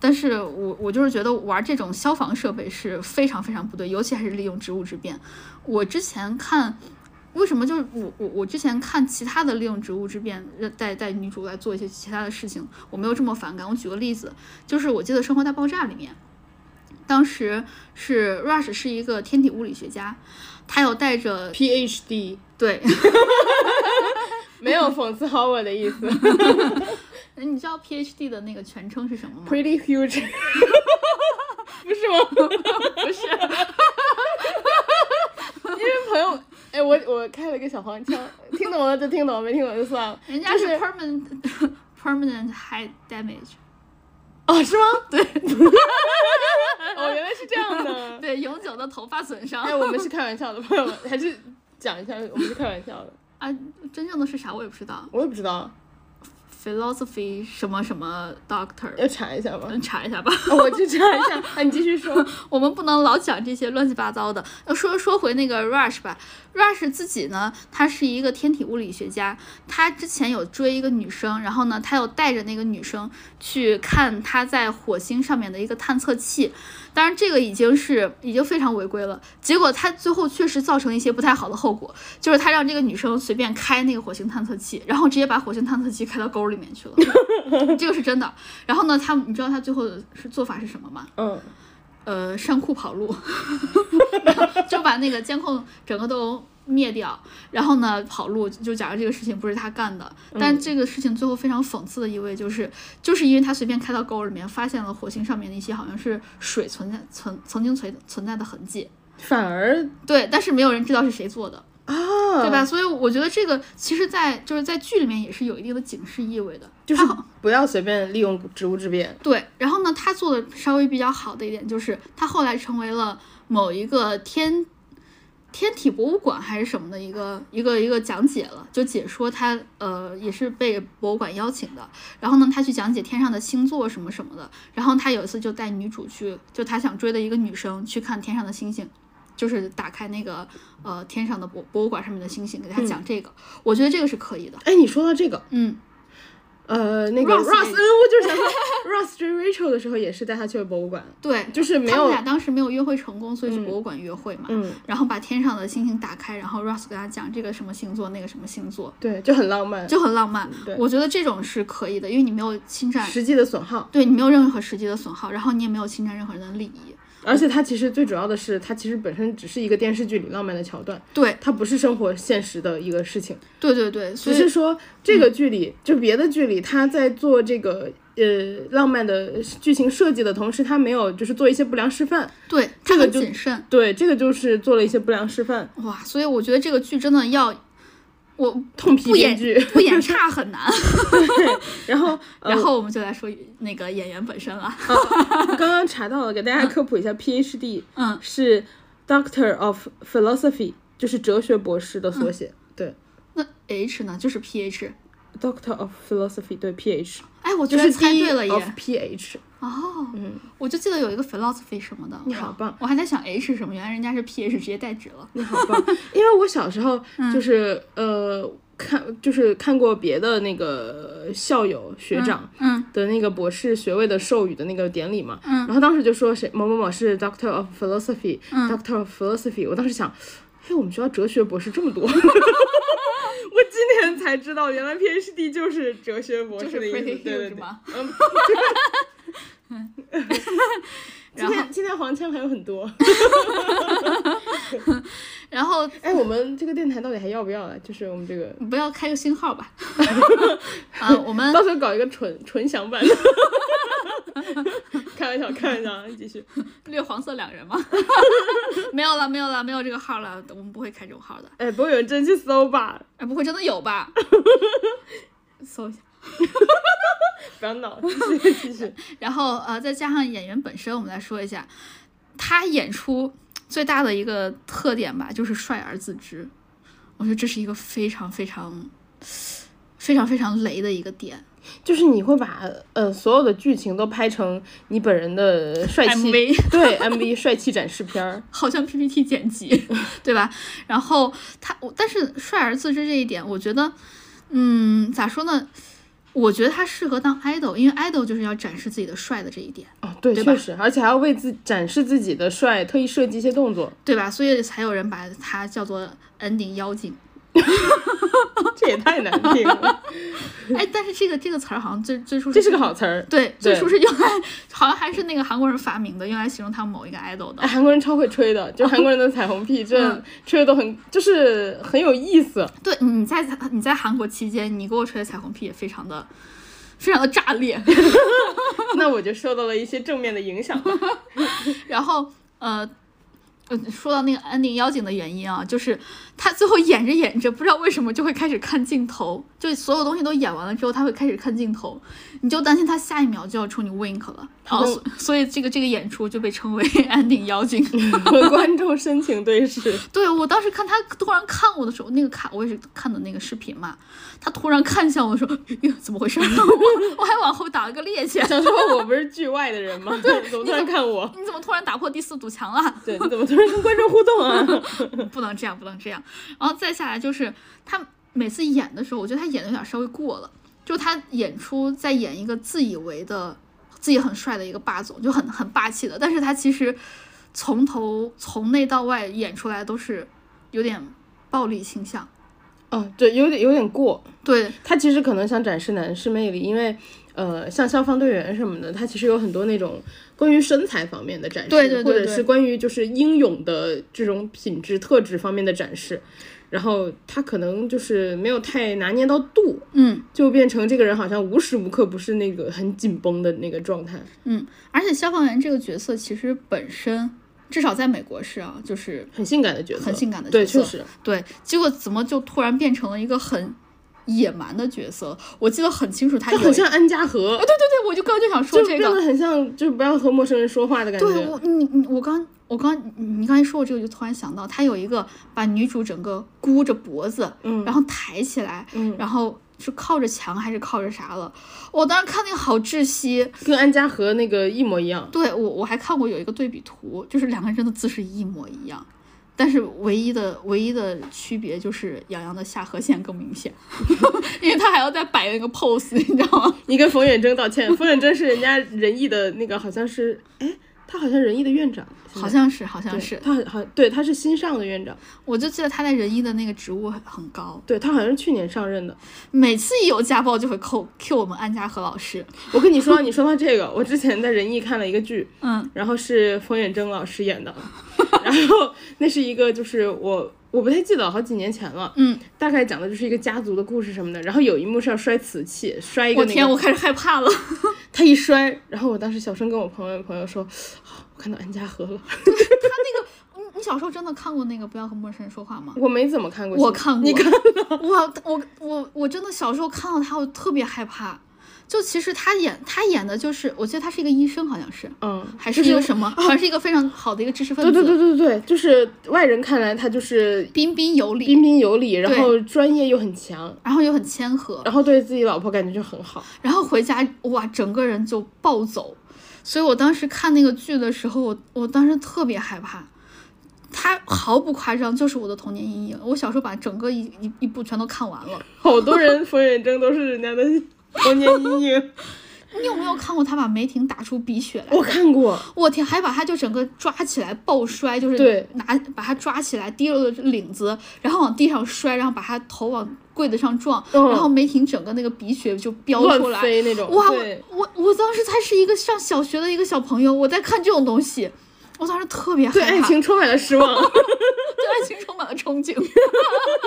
S1: 但是我我就是觉得玩这种消防设备是非常非常不对，尤其还是利用职务之便。我之前看，为什么就是我我我之前看其他的利用职务之便呃带带女主来做一些其他的事情，我没有这么反感。我举个例子，就是我记得《生活大爆炸》里面，当时是 Rush 是一个天体物理学家，他有带着
S2: PhD
S1: 对，
S2: 没有讽刺好我的意思
S1: 你知道 PhD 的那个全称是什么吗？
S2: ，Pretty huge，不是 吗？
S1: 不 是。
S2: 因为朋友，哎，我我开了一个小黄 腔，听懂了就听懂，没听懂就算了。
S1: 人家是
S2: 就是
S1: permanent permanent high damage。
S2: 哦，是吗？ 对，哦，原来是这样 的。
S1: 对，永久的头发损伤。
S2: 哎，我们是开玩笑的，朋友们，还是讲一下，我们是开玩笑的。
S1: 啊，真正的是啥我也不知道。
S2: 我也不知道，
S1: philosophy 什么什么 doctor，
S2: 要查一下吗？
S1: 嗯查一下吧。
S2: 哦我去查一 下。啊，你继续说。
S1: 我们不能老讲这些乱七八糟的。呃说说回那个 Rush 吧，Rush 自己呢，他是一个天体物理学家，他之前有追一个女生，然后呢，他有带着那个女生去看他在火星上面的一个探测器。当然，这个已经是已经非常违规了。结果他最后确实造成一些不太好的后果，就是他让这个女生随便开那个火星探测器，然后直接把火星探测器开到沟里面去了， 这个是真的。然后呢，他你知道他最后的是做法是什么吗？
S2: 嗯，
S1: 呃上库跑路，就把那个监控整个都灭掉，然后呢跑路，就假如这个事情不是他干的。但这个事情最后非常讽刺的意味就是，就是因为他随便开到沟里面，发现了火星上面的一些好像是水存在存曾经存存在的痕迹。
S2: 反而
S1: 对，但是没有人知道是谁做的，
S2: 啊，
S1: 对吧？？所以我觉得这个其实在，就是在剧里面也是有一定的警示意味的。
S2: 就是
S1: 他好
S2: 不要随便利用职务之便。
S1: 对，然后呢，他做的稍微比较好的一点就是，他后来成为了某一个天天体博物馆还是什么的一个一个一个讲解了，就解说他呃也是被博物馆邀请的，然后呢，他去讲解天上的星座什么什么的，然后他有一次就带女主去，就他想追的一个女生去看天上的星星。就是打开那个呃天上的博博物馆上面的星星，给他
S2: 嗯
S1: 讲这个，我觉得这个是可以的。
S2: 哎，你说到这个，
S1: 嗯，
S2: 呃，那个
S1: Ross
S2: Ross，嗯，我就是 想说，Ross 追 Rachel 的时候也是带她去博物馆，
S1: 对，
S2: 就是没
S1: 他们
S2: 有，
S1: 俩当时没有约会成功，所以去
S2: 嗯
S1: 博物馆约会嘛。
S2: 嗯，
S1: 然后把天上的星星打开，然后 Ross 给他讲这个什么星座，那个什么星座，
S2: 对，就很浪漫，
S1: 就很浪漫。
S2: 对
S1: 我觉得这种是可以的，因为你没有侵占，
S2: 实际的损耗。
S1: 对你没有任何实际的损耗，然后你也没有侵占任何人的利益。
S2: 而且它其实最主要的是，它其实本身只是一个电视剧里浪漫的桥段，
S1: 对，
S2: 它不是生活现实的一个事情。
S1: 对对对，所
S2: 只是
S1: 以嗯
S2: 说这个剧里，就别的剧里，他在做这个呃浪漫的剧情设计的同时，他没有就是做一些不良示范。
S1: 对
S2: 这
S1: 他
S2: 个
S1: 很
S2: 就
S1: 谨慎
S2: 对，这个就是做了一些不良示范，
S1: 哇，所以我觉得这个剧真的要我
S2: 痛批
S1: 不演
S2: 编剧。
S1: 不演差很难。
S2: 然后，呃
S1: 然后我们就来说那个演员本身了，
S2: 刚刚查到了，给大家科普一下，PhD
S1: 嗯
S2: 是 Doctor of Philosophy，就是哲学博士的缩
S1: 嗯
S2: 写。对
S1: 那 H 呢就是 PH，
S2: ，Doctor of Philosophy，对 PH，
S1: 哎，我居
S2: 就
S1: 然
S2: 是
S1: 猜
S2: D
S1: 对了
S2: of
S1: 耶！
S2: PH。
S1: 哦，
S2: 嗯，
S1: 我就记得有一个 philosophy 什么的，
S2: 你好棒
S1: 我还在想 H 什么，原来人家是 PH 直接代指了。
S2: 你好 棒！因为我小时候
S1: 嗯
S2: 就是、呃看就是看过别的那个校友学长
S1: 嗯
S2: 的那个博士学位的授予的那个典礼嘛，
S1: 嗯
S2: 然后当时就说谁某某某是 Doctor of Philosophy，Doctor、Doctor
S1: 嗯
S2: of Philosophy，我当时想，嘿，我们学校哲学博士这 么多。我今天才知道，原来 PhD 就是哲学博
S1: 就
S2: 士
S1: 是
S2: 的意思，
S1: pretty
S2: 对对
S1: huge
S2: 对。
S1: 吗？
S2: 嗯， 今
S1: 然后
S2: 天今天黄腔还有很多。
S1: 然后
S2: 哎，我们这个电台到底还要不要了？就是我们这个
S1: 不要开个新号吧。啊，我们
S2: 到时候搞一个纯纯享版的， 开玩笑，开玩笑，啊，继续。
S1: 略黄色两人吗？ 没有了，没有了，没有这个号了，我们不会开这种号的。
S2: 哎，不会有人真去搜吧？
S1: 哎，不会真的有吧？搜一下。
S2: 不要闹，继续继续。
S1: 然后呃，再加上演员本身，我们来说一下，他演出最大的一个特点吧，就是帅而自知。我觉得这是一个非常非常非常非常雷的一个点。
S2: 就是你会把呃所有的剧情都拍成你本人的帅气
S1: MV
S2: 对 MV 帅气展示片儿。
S1: 好像 PPT 剪辑，对吧？然后他，我但是帅而自知这一点，我觉得，嗯，咋说呢？我觉得他适合当 idol，因为 idol 就是要展示自己的帅的这一点，
S2: 哦，对，
S1: 对吧
S2: 确实，而且还要为自展示自己的帅，特意设计一些动作，
S1: 对吧？所以才有人把他叫做 ending 妖精。
S2: 这也太难听了。
S1: 哎，但是这个这个词儿好像最最初
S2: 这是个好词儿，
S1: 对，最
S2: 对
S1: 初是用来好像还是那个韩国人发明的，用来形容他们某一个 idol 的
S2: 哎，。韩国人超会吹的，就韩国人的彩虹屁，真的吹的都很，就是很有意思。
S1: 对，你在你在韩国期间，你给我吹的彩虹屁也非常的非常的炸裂。
S2: 那我就受到了一些正面的影响吧。
S1: 然后呃。呃，说到那个安定妖精的原因啊，就是他最后演着演着，不知道为什么就会开始看镜头，就所有东西都演完了之后，他会开始看镜头，你就担心他下一秒就要冲你 wink 了，然后所所以这个这个演出就被称为 安定妖精。
S2: 嗯和观众深情对视，
S1: 对我当时看他突然看我的时候，那个卡我也是看的那个视频嘛，他突然看向我说， 哟，怎么回事？我我还往后打了个趔趄，
S2: 想说我不是剧外的人吗？ 对，怎么突然看我？
S1: 你怎么突然打破第四堵墙了？
S2: 对，你怎么突然跟观众互动啊？
S1: 不能这样，不能这样。然后再下来就是他每次演的时候，我觉得他演的有点稍微过了，就是他演出在演一个自以为的、自己很帅的一个霸总，就很很霸气的，但是他其实从头从内到外演出来都是有点暴力倾向。
S2: 哦，对，有点有点过。
S1: 对
S2: 他其实可能想展示男士魅力，因为呃，像消防队员什么的，他其实有很多那种关于身材方面的展示，
S1: 对对对
S2: 或者
S1: 对
S2: 是关于就是英勇的这种品质特质方面的展示。然后他可能就是没有太拿捏到度，
S1: 嗯
S2: 就变成这个人好像无时无刻不是那个很紧绷的那个状态。
S1: 嗯，而且消防员这个角色其实本身，至少在美国是啊，就是
S2: 很性感的角色，
S1: 很性感的
S2: 对，
S1: 角
S2: 确
S1: 色
S2: 实，
S1: 对，结果怎么就突然变成了一个很野蛮的角色？我记得很清楚，他
S2: 他
S1: 有
S2: 很
S1: 一
S2: 像安家和
S1: 啊，，对对对，我就刚刚就想说
S2: 就
S1: 这
S2: 变
S1: 个
S2: 得，很像，就是不要和陌生人说话的感觉。
S1: 对我你你我刚我刚你你刚才说我这个，就突然想到，他有一个把女主整个箍着脖子，
S2: 嗯
S1: 然后抬起来，
S2: 嗯
S1: 然后是靠着墙还是靠着啥了？我当时看那个好窒息。
S2: 跟安家和那个一模一样。
S1: 对我我还看过有一个对比图，就是两个人真的姿势一模一样，但是唯一的唯一的区别就是杨洋的下颌线更明显， 因为他还要再摆那个 pose，你知道吗？
S2: 你跟冯远征道歉，冯远征是人家仁义的那个，好像是，哎，他好像仁义的院长，现在
S1: 好像是好像
S2: 对
S1: 是，
S2: 他好好对，他是新上的院长，
S1: 我就记得他在仁义的那个职务很很高，
S2: 对他好像是去年上任的。
S1: 每次一有家暴就会扣 Q 我们安家和老师，
S2: 我跟你说，啊你说到这个，我之前在仁义看了一个剧，
S1: 嗯
S2: 然后是冯远征老师演的， 然后那是一个就是我我不太记得好几年前了，
S1: 嗯，
S2: 大概讲的就是一个家族的故事什么的。然后有一幕是要摔瓷器，摔一个、
S1: 我
S2: 那个，
S1: 天，我开始害怕了，
S2: 他一摔，然后我当时小声跟我朋友朋友说，啊我看到安家和了，
S1: 你你小时候真的看过那个不要和陌生人说话吗？
S2: 我没怎么看过，
S1: 我看过，
S2: 你看
S1: 我我我我真的小时候看到他，我特别害怕。就其实他演他演的就是，我记得他是一个医生，好像是，
S2: 嗯，
S1: 还
S2: 就是
S1: 一个什么，好像是一个非常好的一个知识分
S2: 对
S1: 子，
S2: 对对对对，就是外人看来他就是
S1: 彬彬有礼，
S2: 彬彬有礼，然后专业又很强，
S1: 然后又很谦和，
S2: 然后对自己老婆感觉就很好。
S1: 然后回家哇，整个人就暴走。所以我当时看那个剧的时候，我我当时特别害怕。他毫不夸张，就是我的童年阴影。我小时候把整个一一一部全都看完了。
S2: 好多人冯远征都是人 家的童年阴影，
S1: 你有没有看过他把梅婷打出鼻血来？
S2: 我看过，
S1: 我天，还把他就整个抓起来暴摔，就是
S2: 对
S1: 拿把他抓起来提了领子，然后往地上摔，然后把他头往柜子上撞，
S2: 嗯
S1: 然后梅婷整个那个鼻血就飙
S2: 乱
S1: 出来，
S2: 飞那种，
S1: 哇，我
S2: 对，
S1: 我我当时才是一个上小学的一个小朋友，我在看这种东西，我当时特别害
S2: 对
S1: 怕，
S2: 爱情充满了失望。
S1: 对爱情充满了憧憬。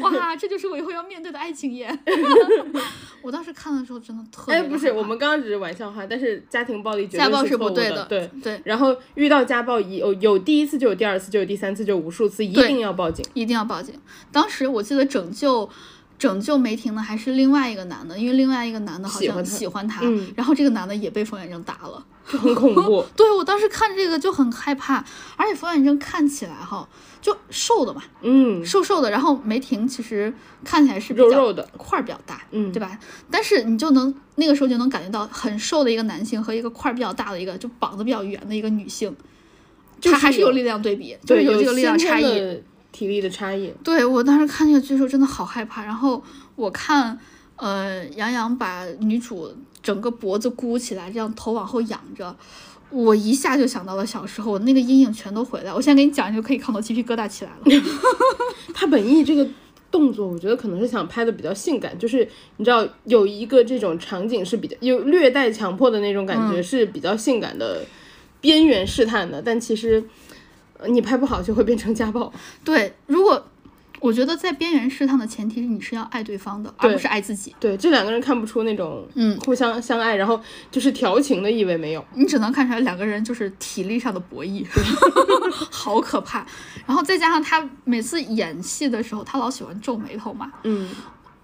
S1: 哇，这就是我以后要面对的爱情耶！ 我当时看的时候真的特别
S2: 哎，
S1: 害怕，
S2: 不是，我们刚刚只是玩笑话，但是家庭暴力绝
S1: 家暴
S2: 对
S1: 是
S2: 错
S1: 不
S2: 误
S1: 对
S2: 的，
S1: 对
S2: 对。
S1: 对，
S2: 然后遇到家暴，有有第一次就有第二次就有第三次就有无数次，一
S1: 对
S2: 定要报警。
S1: 一定要报警。当时我记得拯救。拯救梅婷的还是另外一个男的，因为另外一个男的好
S2: 喜欢
S1: 像
S2: 他
S1: 喜欢他，
S2: 嗯
S1: 然后这个男的也被冯远征打了。
S2: 就很
S1: 。
S2: 恐怖
S1: 对我当时看这个就很害怕，而且冯远征看起来哈就瘦的嘛，
S2: 嗯，
S1: 瘦瘦的，然后梅婷其实看起来是比较
S2: 肉肉的，
S1: 块儿比较大，
S2: 嗯
S1: 对吧？但是你就能那个时候就能感觉到很瘦的一个男性和一个块儿比较大的一个就膀子比较圆的一个女性，
S2: 就是
S1: 他还是
S2: 有
S1: 有力量对比，就是
S2: 对，
S1: 有这个力量
S2: 先
S1: 差
S2: 天
S1: 异。
S2: 的体力的差异。
S1: 对我当时看这个剧的时候真的好害怕，然后我看，呃，杨洋把女主整个脖子箍起来，这样头往后仰着，我一下就想到了小时候，我那个阴影全都回来。我现在给你讲，你就可以看到鸡皮疙瘩起来了。
S2: 他本意这个动作，我觉得可能是想拍的比较性感，就是你知道有一个这种场景是比较有略带强迫的那种感觉，
S1: 嗯
S2: 是比较性感的边缘试探的，但其实。呃你拍不好就会变成家暴，
S1: 对，如果我觉得在边缘试探的前提是你是要爱对方的，而不
S2: 对
S1: 是爱自己，
S2: 对，这两个人看不出那种
S1: 嗯
S2: 互相相爱，然后就是调情的意味没有，
S1: 你只能看出来两个人就是体力上的博弈， 好可怕。然后再加上他每次演戏的时候，他老喜欢皱眉头嘛，
S2: 嗯，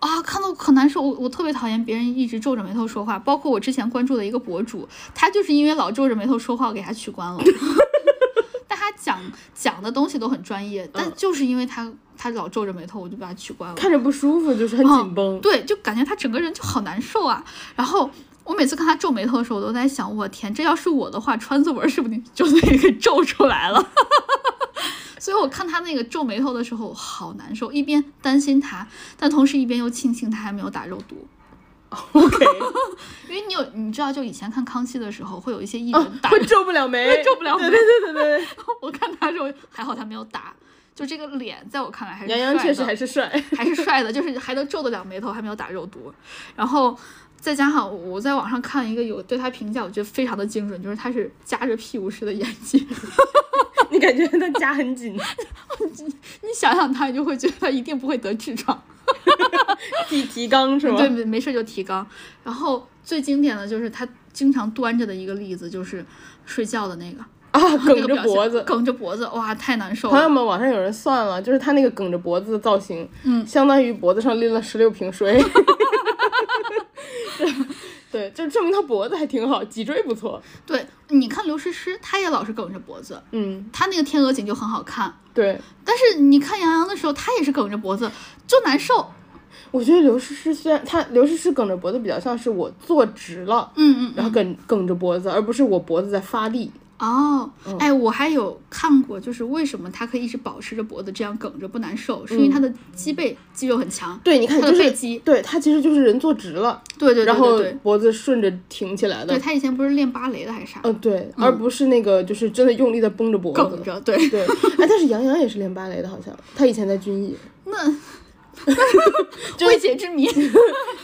S1: 啊，看到可难受，我我特别讨厌别人一直皱着眉头说话，包括我之前关注的一个博主，他就是因为老皱着眉头说话，我给他取关了。 但他讲讲的东西都很专业，但就是因为他他老皱着眉头，我就把他取关了。
S2: 看着不舒服，就是很
S1: 嗯
S2: 紧绷，
S1: 对，就感觉他整个人就好难受啊。然后我每次看他皱眉头的时候，我都在想，我天，这要是我的话，川字纹是不是就得给皱出来了？ 所以我看他那个皱眉头的时候，好难受，一边担心他，但同时一边又庆幸他还没有打肉毒。
S2: OK，
S1: 因为你有，你知道，就以前看康熙的时候，会有一些艺
S2: 啊
S1: 人 打，
S2: 会皱不了 眉，
S1: 皱不了眉
S2: 对对对对对，
S1: 我看他的时候还好他没有打，就这个脸在我看来还是
S2: 杨洋
S1: 帅
S2: 确实
S1: 的
S2: 还是帅，
S1: 还是帅的，就是还能皱得了眉头，还没有打肉毒。然后再加上我在网上看一个有对他评价，我觉得非常的精准，就是他是夹着屁股式的演技，
S2: 你感觉他夹很紧，
S1: 你想想他，你就会觉得他一定不会得痔疮。
S2: 提提纲 是吗？
S1: 对，没没事就提纲。然后最经典的就是他经常端着的一个例子，就是睡觉的那个。
S2: 啊，
S1: 那
S2: 梗
S1: 个
S2: 着
S1: 表情
S2: 脖子。
S1: 梗着脖子，哇，太难受
S2: 朋友
S1: 了。
S2: 们，网上有人算了，就是他那个梗着脖子的造型，
S1: 嗯
S2: 相当于脖子上拎了十六瓶水。 对，就证明他脖子还挺好，脊椎不错。
S1: 对，你看刘诗诗，她也老是梗着脖子，
S2: 嗯，
S1: 她那个天鹅颈就很好看。
S2: 对，
S1: 但是你看杨洋的时候，她也是梗着脖子，就难受。
S2: 我觉得刘诗诗虽然她刘诗诗梗着脖子比较像是我坐直了，
S1: 嗯嗯
S2: 然后梗梗着脖子，而不是我脖子在发力。
S1: 哦，
S2: 嗯
S1: 哎，我还有看过，就是为什么她可以一直保持着脖子这样梗着不难受，是因为
S2: 嗯
S1: 她的肌背肌肉很强。
S2: 对，你看
S1: 她
S2: 就
S1: 的背
S2: 是
S1: 肌
S2: 对她其实就是人坐直了，
S1: 对对对
S2: 然
S1: 对
S2: 后
S1: 对，
S2: 脖子顺着挺起来的
S1: 对。她以前不是练芭蕾的还是啥，
S2: 嗯，对，而不是那个就是真的用力的绷着脖子。
S1: 梗着。对，
S2: 对，哎，但是杨洋也是练芭蕾的，好像他以前在军艺，
S1: 那未解之 谜。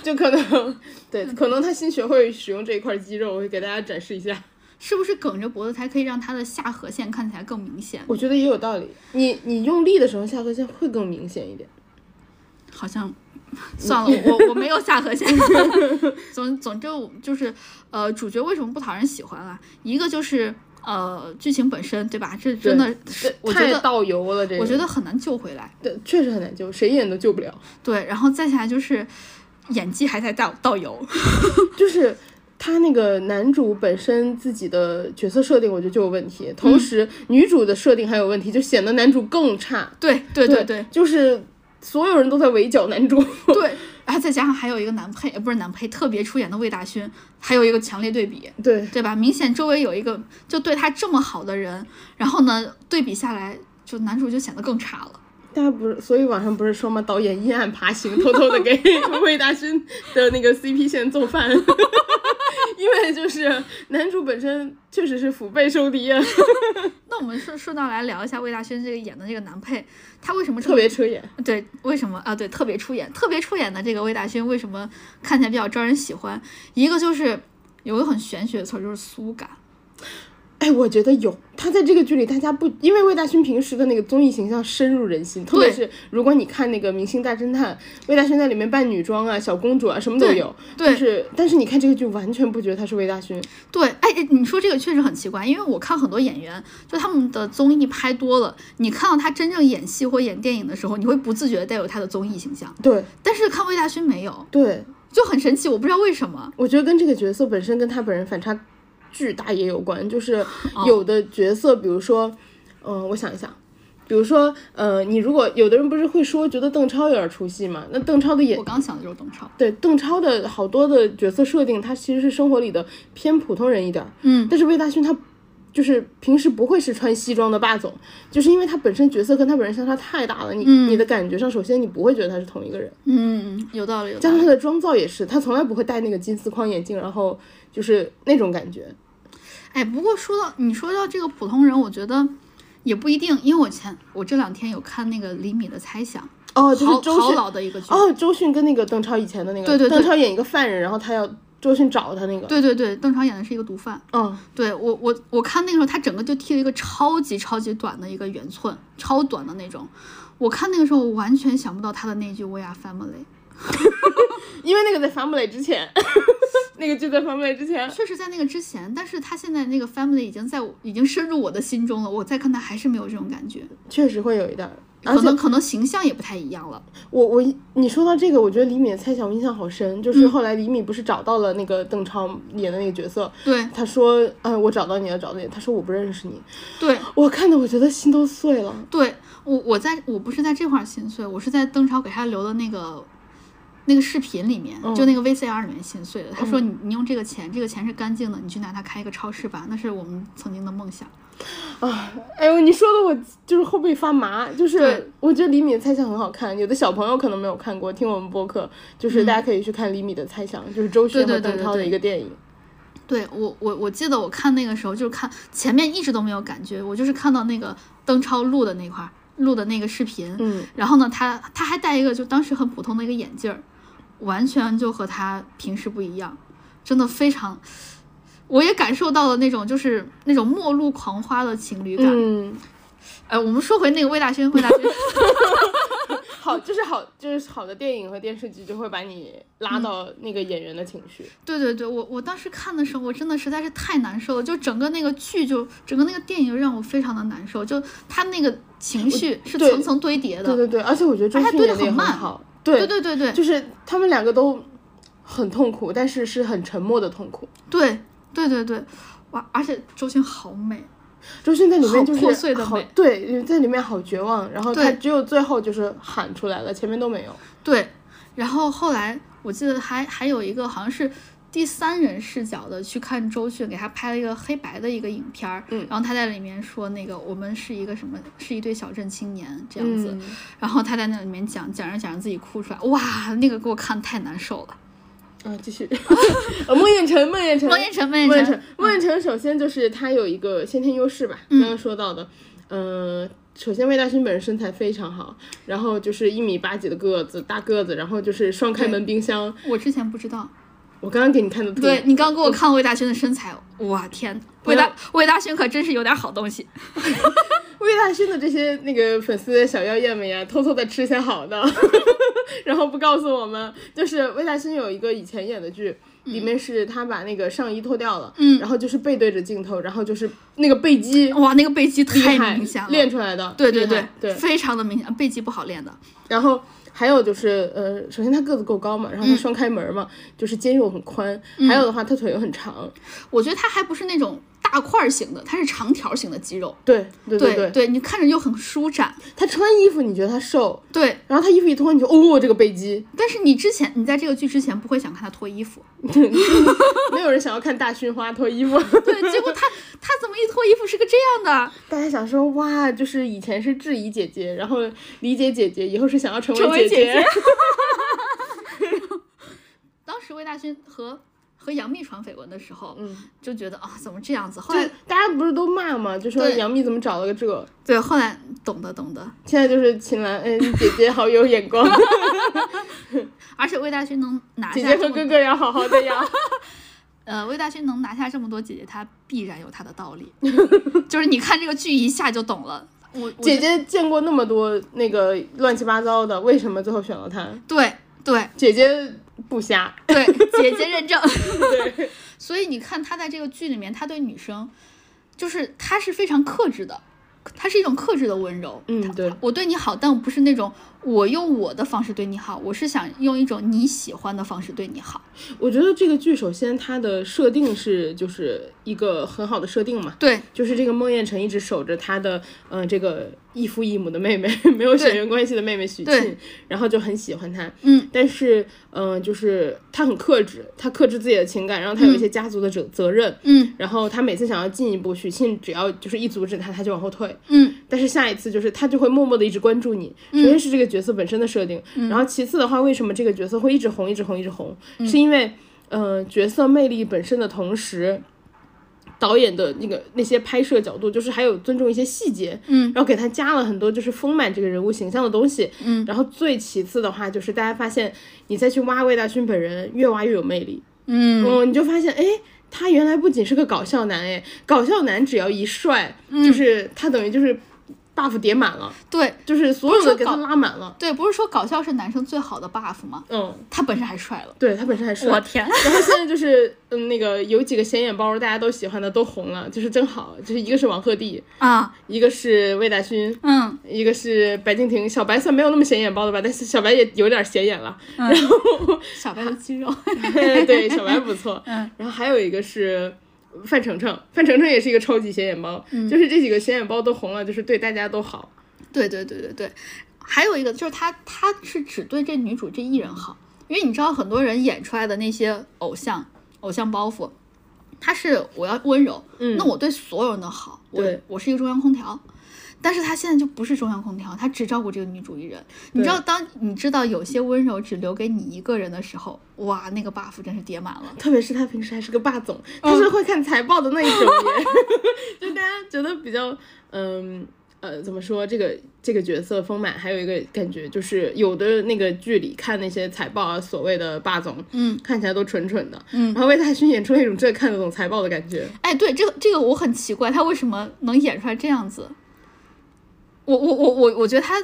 S2: 就可能对，可能他新学会使用这一块肌肉，我会给大家展示一下。
S1: 是不是梗着脖子才可以让他的下颌线看起来更明显？
S2: 我觉得也有道理，你你用力的时候，下颌线会更明显一点。
S1: 好 像算了，我我没有下颌线。 总总之我就是呃，主角为什么不讨人喜欢啊？一个就是呃，剧情本身对吧？这真的是我觉
S2: 太
S1: 得
S2: 倒油了，这个
S1: 我觉得很难救回来。
S2: 对，确实很难救，谁演都救不了。
S1: 对，然后再下来就是演技还在倒倒油。
S2: 就是他那个男主本身自己的角色设定，我觉得就有问题，同时女主的设定还有问题，就显得男主更差。
S1: 对对对 对
S2: 就是所有人都在围剿男主。
S1: 对，然后再加上还有一个男配，呃不是男配，特别出演的魏大勋，还有一个强烈对比。
S2: 对，
S1: 对吧？明显周围有一个就对他这么好的人，然后呢，对比下来，就男主就显得更差了。
S2: 大家不是，所以网上不是说吗？导演阴暗爬行，偷偷的 给魏大勋的那个 CP 线做饭， 因为就是男主本身确实是腹背受敌啊，
S1: 那我们顺顺道来聊一下魏大勋这个演的这个男配，他为什么这
S2: 特
S1: 么
S2: 别扯眼。
S1: 对？为什么啊？对，特别出演，特别出演的这个魏大勋为什么看起来比较招人喜欢？一个就是有个很玄学的词儿，就是苏感。
S2: 哎，我觉得有他在这个剧里，大家不因为魏大勋平时的那个综艺形象深入人心，特别是如果你看那个《明星大侦探》，魏大勋在里面扮女装啊、小公主啊，什么都
S1: 对
S2: 有。
S1: 对
S2: 就是但是你看这个剧，完全不觉得他是魏大勋。
S1: 对，哎，哎你说这个确实很奇怪，因为我看很多演员，就他们的综艺拍多了，你看到他真正演戏或演电影的时候，你会不自觉地带有他的综艺形象。
S2: 对
S1: 但是看魏大勋没有，
S2: 对，
S1: 就很神奇，我不知道为什么。
S2: 我觉得跟这个角色本身跟他本人反差巨大也有关，就是
S1: 哦
S2: 有的角色，比如说，嗯、我想一想，比如说，呃，你如果有的人不是会说觉得邓超有点出戏嘛，那邓超的演
S1: 我刚想的就是邓超，
S2: 对邓超的好多的角色设定，他其实是生活里的偏普通人一点儿，
S1: 嗯，
S2: 但是魏大勋他。就是平时不会是穿西装的霸总，就是因为他本身角色跟他本人相差太大了，你、你的感觉上，首先你不会觉得他是同一个人，
S1: 嗯，有道理，有
S2: 加
S1: 道
S2: 上
S1: 理
S2: 他。的妆造也是，他从来不会戴那个金丝框眼镜，然后就是那种感觉。
S1: 哎，不过说到你说到这个普通人，我觉得也不一定，因为我前我这两天有看那个李米的猜想，
S2: 哦，就是
S1: 好
S2: 周
S1: 好
S2: 迅。
S1: 老的一个剧。
S2: 哦，周迅跟那个邓超以前的那个，
S1: 对对对
S2: 邓超演一个犯人，然后他要周迅找他那个。
S1: 对对对，邓超演的是一个毒贩。
S2: 嗯，
S1: 对我我我看那个时候，他整个就剃了一个超级超级短的一个圆寸，超短的那种。我看那个时候，我完全想不到他的那句 “We are family”，
S2: 因为那个在 Family 之前， 那个就在 Family 之前。
S1: 确实在那个之前，但是他现在那个 family 已经在我已经深入我的心中了，我再看他还是没有这种感觉，
S2: 确实会有一点儿。而
S1: 可
S2: 且
S1: 能可能形象也不太一样了。
S2: 我我你说到这个，我觉得李敏的猜想我印象好深，
S1: 嗯
S2: 就是后来李敏不是找到了那个邓超演的那个角色，
S1: 对
S2: 他说，哎，我找到你了，找到你了，他说我不认识你，
S1: 对
S2: 我看的我觉得心都碎了。
S1: 对，我我在我不是在这块儿心碎，我是在邓超给他留的那个那个视频里面，就那个 VCR 里面心碎的。他说你你用这个钱，这个钱是干净的，你去拿它开一个超市吧，那是我们曾经的梦想。
S2: 哎呦，你说的我就是后背发麻，就是
S1: 对
S2: 我觉得李敏的猜想很好看，有的小朋友可能没有看过，听我们播客，就是大家可以去看李敏的猜想，就是周迅
S1: 嗯对对
S2: 和
S1: 对
S2: 邓
S1: 对
S2: 超的
S1: 对
S2: 一个电影。
S1: 对我我我记得我看那个时候就是看前面一直都没有感觉，我就是看到那个邓超录的那块儿录的那个视频，
S2: 嗯，
S1: 然后呢，他他还戴一个就当时很普通的一个眼镜儿，完全就和他平时不一样，真的非常，我也感受到了那种就是那种末路狂花的情侣感。
S2: 嗯，
S1: 呃，我们说回那个魏大勋，魏大勋
S2: 好，就是好，就是好的电影和电视剧就会把你
S1: 嗯
S2: 拉到那个演员的情绪。
S1: 对对对，我我当时看的时候，我真的实在是太难受了，就整个那个剧就整个那个电影让我非常的难受，就他那个情绪是
S2: 对
S1: 层层堆叠
S2: 对
S1: 的，
S2: 对对，而且我觉得周
S1: 而且
S2: 迅
S1: 对
S2: 演
S1: 得
S2: 的也
S1: 很
S2: 很
S1: 慢
S2: 好，对
S1: 对对对对
S2: 就是他们两个都很痛苦，但是是很沉默的痛苦。
S1: 对对对对，哇！而且周迅好美，
S2: 周迅在里面
S1: 好
S2: 就是
S1: 破碎的
S2: 好
S1: 美
S2: 对，在里面好绝望，然后他
S1: 对
S2: 只有最后就是喊出来了，前面都没有。
S1: 对，然后后来我记得还还有一个好像是第三人视角的去看周迅，给他拍了一个黑白的一个影片儿，
S2: 嗯
S1: 然后他在里面说那个我们是一个什么，是一对小镇青年这样
S2: 嗯
S1: 子，然后他在那里面讲讲着讲着自己哭出来，哇，那个给我看太难受了。
S2: 啊，继续， 呃孟宴臣，孟宴臣，
S1: 嗯孟宴臣孟宴
S2: 孟宴
S1: 臣
S2: 臣，孟宴臣，首先就是他有一个先天优势吧，刚刚说到的，嗯。首先，魏大勋本人身材非常好，然后就是一米八几的个子，大个子，然后就是双开门冰箱。
S1: 我之前不知道，
S2: 我刚刚给你看的图，
S1: 对你刚
S2: 嗯
S1: 给我看魏大勋的身材，哇天，魏大魏大勋可真是有点好东西。
S2: 魏大勋的这些那个粉丝小妖艳们呀，偷偷的吃些好的， 然后不告诉我们。就是魏大勋有一个以前演的剧，
S1: 嗯
S2: 里面是他把那个上衣脱掉了，嗯，然后就是背对着镜头，然后就是那个背肌
S1: 哇，那个背肌
S2: 厉
S1: 太
S2: 害
S1: 明显了，
S2: 练出来的，
S1: 对对
S2: 厉
S1: 对
S2: 害对。
S1: 非常的明显，背肌不好练的。
S2: 然后还有就是呃，首先他个子够高嘛，然后
S1: 嗯
S2: 他双开门嘛，就是肩肉很宽，还有的话他腿又很长，
S1: 我觉得他还不是那种大块儿型的，他是长条型的肌肉。
S2: 对对
S1: 对
S2: 对，
S1: 你看着就很舒展。
S2: 他穿衣服你觉得他瘦，
S1: 对，
S2: 然后他衣服一脱你就哦这个背肌，
S1: 但是你之前你在这个剧之前不会想看他脱衣服，
S2: 没有人想要看大勋花脱衣服。
S1: 对，结果他他怎么一脱衣服是个这样的？
S2: 大家想说哇，就是以前是质疑姐姐，然后理解姐姐，以后是想要成
S1: 成为
S2: 姐
S1: 姐姐当时魏大勋和和杨幂传绯闻的时候，
S2: 嗯，
S1: 就觉得啊、怎么这样子？后
S2: 就
S1: 来
S2: 大家不是都骂嘛，就说
S1: 对
S2: 杨幂怎么找了个这，
S1: 对，后来懂得懂得，
S2: 现在就是秦岚，嗯、姐姐好有 眼光，
S1: 而且魏大勋能拿
S2: 姐
S1: 下
S2: 姐
S1: 这
S2: 和
S1: 么
S2: 哥哥要好好的呀。
S1: 呃，魏大勋能拿下这么多姐姐，他必然有他的道理。就是你看这个剧一下就懂了。 我我
S2: 姐姐见过那么多那个乱七八糟的，为什么最后选了她？
S1: 对对
S2: 姐姐不瞎，
S1: 对，姐姐认证。
S2: 对，
S1: 所以你看他在这个剧里面，他对女生，就是他是非常克制的，他是一种克制的温柔。
S2: 嗯对，
S1: 我对你好，但我不是那种我用我的方式对你好，我是想用一种你喜欢的方式对你好。
S2: 我觉得这个剧首先它的设定是就是一个很好的设定嘛，
S1: 对
S2: 就是这个孟宴臣一直守着他的，嗯、这个异父异母的妹妹， 没有血缘关系的妹妹许
S1: 对
S2: 沁，然后就很喜欢他。
S1: 嗯，
S2: 但是，嗯、就是他很克制，他克制自己的情感，然后他有一些家族的责责任。
S1: 嗯
S2: 然后他每次想要进一步，许沁只要就是一阻止他，他就往后退。
S1: 嗯
S2: 但是下一次就是他就会默默的一直关注你。首先是这个角色本身的设定，
S1: 嗯
S2: 然后其次的话，为什么这个角色会一直红，一直红，一直红，是因为呃角色魅力本身的同时，导演的那个那些拍摄角度，就是还有尊重一些细节，
S1: 嗯
S2: 然后给他加了很多就是丰满这个人物形象的东西，
S1: 嗯
S2: 然后最其次的话就是大家发现你再去挖魏大勋本人，越挖越有魅力，
S1: 嗯，
S2: 嗯，你就发现哎。诶他原来不仅是个搞笑男，哎，搞笑男只要一帅，就是他等于就是 buff 叠满了，
S1: 对
S2: 就是所有
S1: 不是
S2: 的
S1: 说
S2: 给他
S1: 搞
S2: 拉满了。
S1: 对，不是说搞笑是男生最好的 buff 吗？
S2: 嗯，
S1: 他本身还帅了。
S2: 对他本身还帅。
S1: 天！
S2: 然后现在就是，嗯，那个有几个显眼包大家都喜欢的都红了，就是真好。就是一个是王鹤棣，
S1: 啊，
S2: 一个是魏大勋，
S1: 嗯，
S2: 一个是白敬亭。小白算没有那么显眼包的吧，但是小白也有点显眼了。然后，
S1: 小白的肌 肉，
S2: 对，小白不错。
S1: 嗯
S2: 然后还有一个是范丞丞，范丞丞也是一个超级显眼包，
S1: 嗯
S2: 就是这几个显眼包都红了，就是对大家都好。
S1: 对对对对对，还有一个就是他他是只对这女主这一人好，因为你知道很多人演出来的那些偶像偶像包袱，他是我要温柔，
S2: 嗯
S1: 那我对所有人都好，我
S2: 对
S1: 我是一个中央空调。但是他现在就不是中央空调，他只照顾这个女主一人。你知道，当你知道有些温柔只留给你一个人的时候，哇，那个 buff 真是叠满了。
S2: 特别是他平时还是个霸总，他
S1: 嗯
S2: 是会看财报的那一种人， 就大家觉得比较，嗯呃，怎么说这个这个角色丰满，还有一个感觉就是有的那个剧里看那些财报啊，所谓的霸总，
S1: 嗯，
S2: 看起来都蠢蠢的，
S1: 嗯
S2: 然后魏大勋演出了一种这看得懂财报的感觉，
S1: 哎，对，这个这个我很奇怪，他为什么能演出来这样子？我我我我我觉得他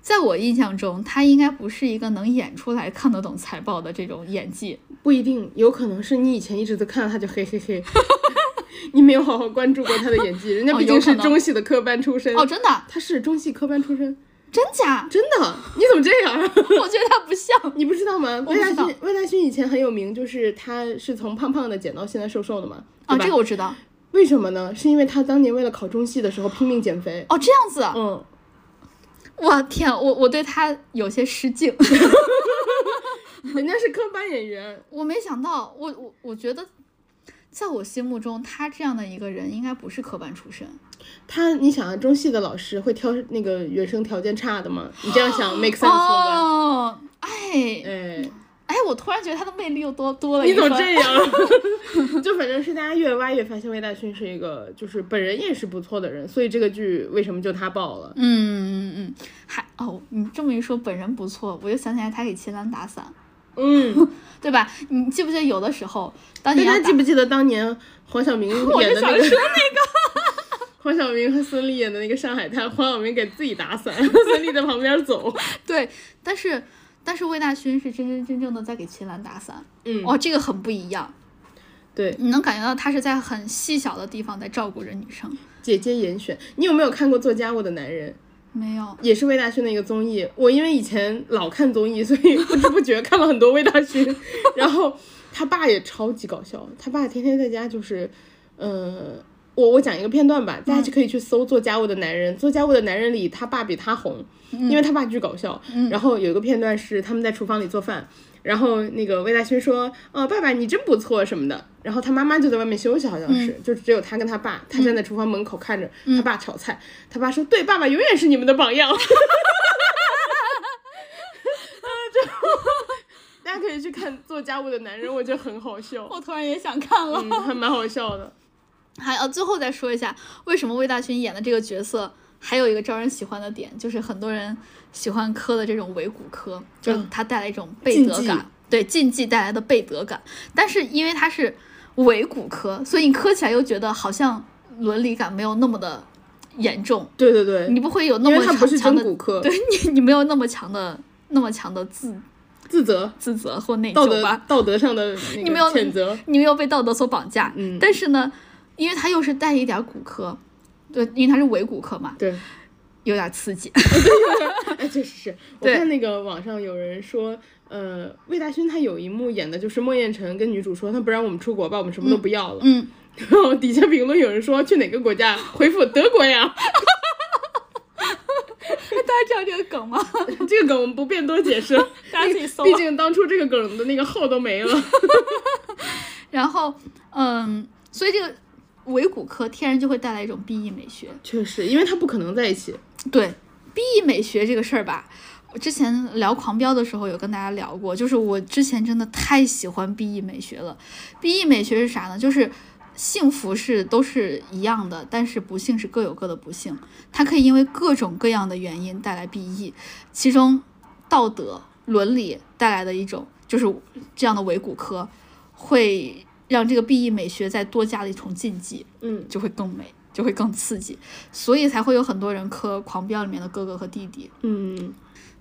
S1: 在我印象中，他应该不是一个能演出来看得懂财报的这种演技。
S2: 不一定，有可能是你以前一直都看到他就嘿 嘿嘿，你没有好好关注过他的演技。人家
S1: 哦
S2: 毕
S1: 有可
S2: 竟是
S1: 能
S2: 中戏的科班出身，
S1: 哦，真的，
S2: 他是中戏科班出身，
S1: 真 假？
S2: 真的？你怎么这样？
S1: 我觉得他不像。
S2: 你不知道吗？
S1: 我
S2: 魏
S1: 不
S2: 大
S1: 知道
S2: 勋，魏大勋以前很有名，就是他是从胖胖的减到现在瘦瘦的嘛，对
S1: 哦，
S2: 吧？
S1: 这个我知道。
S2: 为什么呢？是因为他当年为了考中戏的时候拼命减肥。
S1: 哦，这样子，
S2: 嗯，
S1: 我天，我我对他有些失敬，
S2: 人家是科班演员，
S1: 我没想到，我我我觉得，在我心目中，他这样的一个人应该不是科班出身。
S2: 他你想啊，中戏的老师会挑那个原生条件差的吗？你这样想 make sense 了吧？
S1: 哦，哎
S2: 哎，
S1: 哎，我突然觉得他的魅力又多多了一
S2: 你怎
S1: 分。
S2: 么这样？ 就反正是大家越挖越发现魏大勋是一个，就是本人也是不错的人，所以这个剧为什么就他爆了？
S1: 嗯嗯嗯，还哦，你这么一说，本人不错，我又想起来他给秦岚打伞，
S2: 嗯，
S1: 对吧？你记不记得有的时候，当
S2: 大
S1: 你要
S2: 家
S1: 打
S2: 记不记得当年黄晓明
S1: 我
S2: 演
S1: 就
S2: 的
S1: 想
S2: 那
S1: 说那
S2: 个？
S1: 个，
S2: 黄晓明和孙俪演的那个《上海滩》，黄晓明给自己打伞， 孙俪在旁边走。
S1: 对，但是但是魏大勋是真真正正的在给秦岚打伞，
S2: 嗯
S1: 哇、这个很不一样，
S2: 对，
S1: 你能感觉到他是在很细小的地方在照顾着女生。
S2: 姐姐严选，你有没有看过《做家务的男人》？
S1: 没有，
S2: 也是魏大勋的一个综艺。我因为以前老看综艺，所以不知不觉看了很多魏大 勋。然后他爸也超级搞笑，他爸天天在家就是，呃，我我讲一个片段吧，大家就可以去搜《做家务的男人》。做家务的男人里，他爸比他红，因为他爸巨搞笑。然后有一个片段是他们在厨房里做饭。然后那个魏大勋说：“呃，爸爸你真不错什么的。”然后他妈妈就在外面休息，好像是，就只有他跟他爸，他站在厨房门口看着他爸炒菜。他爸说：“对，爸爸永远是你们的榜 样。”大家可以去看《做家务的男人》，我觉得很好笑，
S1: 我突然也想看了。
S2: 嗯，还蛮好笑的。
S1: 还呃，最后再说一下，为什么魏大勋演的这个角色还有一个招人喜欢的点，就是很多人喜欢磕的这种伪骨科，就是
S2: 嗯
S1: 他带来一种背德
S2: 禁忌
S1: 感，对禁忌带来的背德感。但是因为他是伪骨科，所以你磕起来又觉得好像伦理感没有那么的严重，
S2: 对对对，
S1: 你不会有那
S2: 因
S1: 么
S2: 为他不
S1: 强
S2: 是
S1: 强
S2: 真
S1: 的，
S2: 骨科，
S1: 对你你没有那么强的那么强的自
S2: 自责、
S1: 自责或内
S2: 道
S1: 疚
S2: 德
S1: 吧。、
S2: 道德上的
S1: 你
S2: 那
S1: 没有
S2: 个谴责。
S1: 你们又被道德所绑架。
S2: 嗯
S1: 但是呢，因为它又是带一点骨科，对，因为它是伪骨科嘛，
S2: 对，
S1: 有点刺激。
S2: 哎，确 实是。我
S1: 对
S2: 看那个网上有人说，呃，魏大勋他有一幕演的就是莫彦辰跟女主说，他不让我们出国吧，我们什么都不要了。
S1: 嗯，
S2: 然后底下评论有人说去哪个国家，回复德国呀。
S1: 大家知道这个梗吗？
S2: 这个梗我们不便多 解释，
S1: 大家自己搜
S2: 毕竟当初这个梗的那个号都 没了。
S1: 然后，嗯，所以这个伪骨科天然就会带来一种 BE 美学。
S2: 确实，因为他不可能在一起。
S1: 对，BE 美学这个事儿吧。我之前聊《狂飙》的时候有跟大家聊过，就是我之前真的太喜欢 BE 美学了。BE 美学是啥呢？就是幸福是都是一样的，但是不幸是各有各的不幸，它可以因为各种各样的原因带来 BE，其中道德伦理带来的一种就是这样的伪骨科，会让这个 BE 美学再多加了一重禁忌。
S2: 嗯，
S1: 就会更美，就会更刺激，所以才会有很多人磕《狂飙》里面的哥哥和弟弟。
S2: 嗯，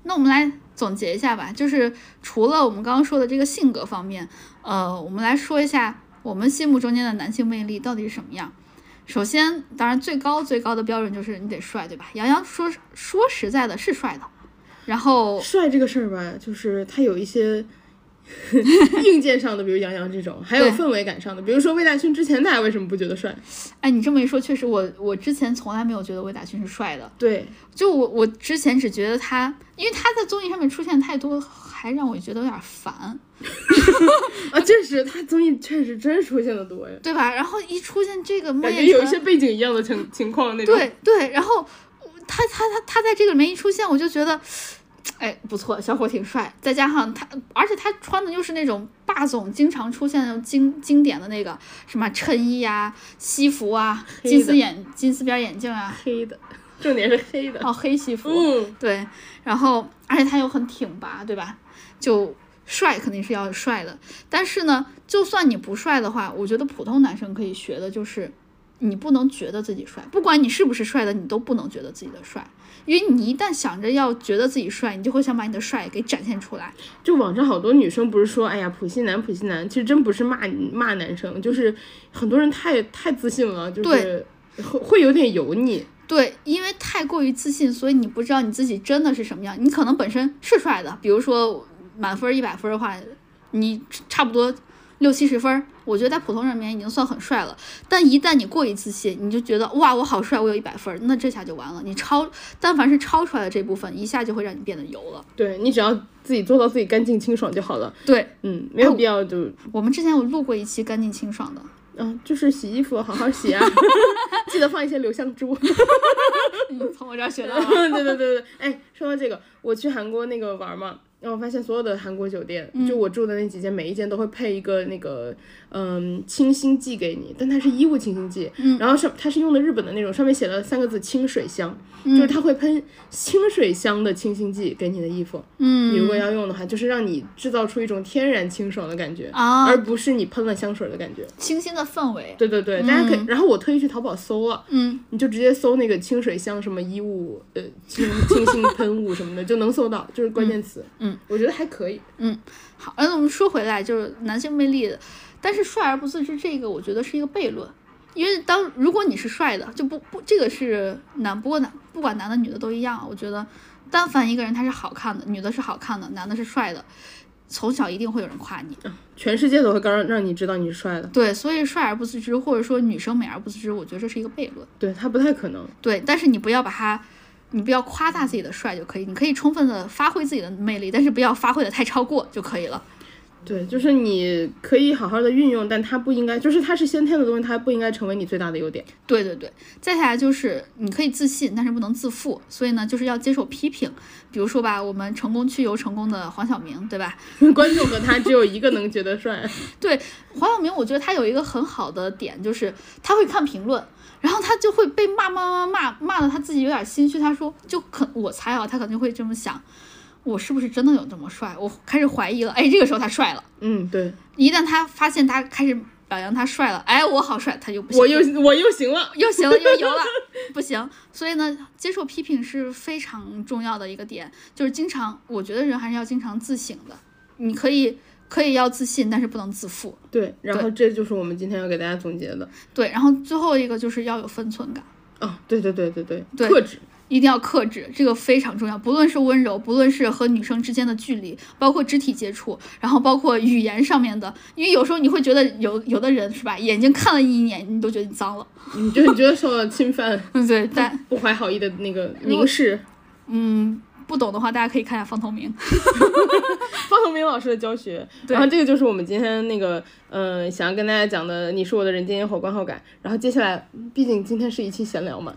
S1: 那我们来总结一下吧，就是除了我们刚刚说的这个性格方面，呃，我们来说一下我们心目中间的男性魅力到底是什么样。首先，当然最高最高的标准就是你得帅，对吧？杨洋说说实在的是帅的，然后
S2: 帅这个事儿吧，就是他有一 些硬件上的，比如杨洋这种，还有
S1: 对
S2: 氛围感上的，比如说魏大勋之前大家为什么不觉得帅？
S1: 哎，你这么一说，确实我我之前从来没有觉得魏大勋是帅的，
S2: 对，
S1: 就我我之前只觉得他，因为他在综艺上面出现太多，还让我觉得有点烦，
S2: 啊，确实他综艺确实真是出现的多呀，
S1: 对吧？然后一出现这个莫
S2: 感觉
S1: 言
S2: 有一
S1: 辰，
S2: 些背景一样的情情况那种。，
S1: 对对，然后我他他他他在这个里面一出现，我就觉得，哎，不错，小伙挺帅。再加上他，而且他穿的就是那种霸总经常出现的经经典的那个什么衬衣啊、西服啊、
S2: 黑
S1: 金
S2: 的
S1: 丝眼、金丝边眼镜啊，
S2: 黑的，重点是黑的。
S1: 哦，黑西服。
S2: 嗯，
S1: 对，然后而且他又很挺拔，对吧？就帅肯定是要帅的，但是呢，就算你不帅的话，我觉得普通男生可以学的就是你不能觉得自己帅，不管你是不是帅的，你都不能觉得自己的帅，因为你一旦想着要觉得自己帅，你就会想把你的帅给展现出来。
S2: 就网上好多女生不是说，哎呀，普信男，普信男，其实真不是骂骂男生，就是很多人太太自信了，就是会会有点油腻。
S1: 对，因为太过于自信，所以你不知道你自己真的是什么样。你可能本身是帅的，比如说满分一百分的话，你差不多六七十分，我觉得在普通人面前已经算很帅了。但一旦你过于自信，你就觉得哇，我好帅，我有一百分，那这下就完了。你超，但凡是超出来的这部分，一下就会让你变得油了。
S2: 对你只要自己做到自己干净清爽就好了。
S1: 对，
S2: 嗯，没有必要就、
S1: 我们之前有录过一期干净清爽的，
S2: 嗯，就是洗衣服好好洗啊，记得放一些留香珠。
S1: 你从我这儿学到了。
S2: 对对对对，哎，说到这个，我去韩国那个玩嘛，然后我发现所有的韩国酒店，
S1: 嗯
S2: 就我住的那几间，每一间都会配一个那个嗯清新剂给你，但它是衣物清新剂，
S1: 嗯
S2: 然后上它是用的日本的那种，上面写了三个字清水香，
S1: 嗯
S2: 就是它会喷清水香的清新剂给你的衣服，
S1: 嗯，
S2: 你如果要用的话，就是让你制造出一种天然清爽的感觉，
S1: 啊
S2: 而不是你喷了香水的感觉。
S1: 清新的氛围，
S2: 对对对，大家可以，然后我特意去淘宝搜了，
S1: 嗯，
S2: 你就直接搜那个清水香什么衣物，呃，清清新喷雾什么的，就能搜到，就是关键词。
S1: 嗯，
S2: 我觉得还可以。
S1: 好，嗯，我们说回来，就是男性魅力，但是帅而不自知，这个我觉得是一个悖论，因为当如果你是帅的，就不不，这个是男，不过男不管男的女的都一样，啊我觉得，但凡一个人他是好看的，女的是好看的，男的是帅的，从小一定会有人夸你，
S2: 全世界都会刚让让你知道你是帅的，
S1: 对，所以帅而不自知，或者说女生美而不自知，我觉得这是一个悖论，
S2: 对他不太可能。
S1: 对，但是你不要把它。你不要夸大自己的帅就可以，你可以充分的发挥自己的魅力，但是不要发挥的太超过就可以了。
S2: 对，就是你可以好好的运用，但他不应该，就是他是先天的东西，他不应该成为你最大的优点。
S1: 对对对，再下来就是你可以自信，但是不能自负，所以呢，就是要接受批评。比如说吧，我们成功去游成功的黄晓明，对吧？
S2: 观众和他只有一个能觉得帅，
S1: 对黄晓明，我觉得他有一个很好的点，就是他会看评论，然后他就会被骂骂骂骂骂的，他自己有点心虚。他说，就可我猜啊，他肯定会这么想，我是不是真的有这么帅？我开始怀疑了，哎，这个时候他帅了。
S2: 嗯，对
S1: 一旦他发现他开始表扬他帅了，哎，我好帅，他就不行
S2: 我
S1: 了
S2: 又我又行了。
S1: 又行了又游了， 不行。所以呢，接受批评是非常重要的一个点，就是经常，我觉得人还是要经常自省的。你可以可以要自信，但是不能自负。
S2: 对，然后这就是我们今天要给大家总结的。
S1: 对，然后最后一个就是要有分寸感，
S2: 哦，对对对对对，
S1: 对
S2: 克制。
S1: 一定要克制，这个非常重要。不论是温柔，不论是和女生之间的距离，包括肢体接触，然后包括语言上面的，因为有时候你会觉得有有的人是吧，眼睛看了你一眼，你都觉得你脏了。
S2: 你就你觉得受到侵犯，
S1: 嗯，对，但
S2: 不怀好意的那个凝视，
S1: 嗯，不懂的话，大家可以看一下方头明。
S2: 方同明老师的教学。
S1: 对
S2: 然后这个就是我们今天那个，嗯、想要跟大家讲的，你是我的人间烟火观后感。然后接下来，毕竟今天是一期闲聊 嘛，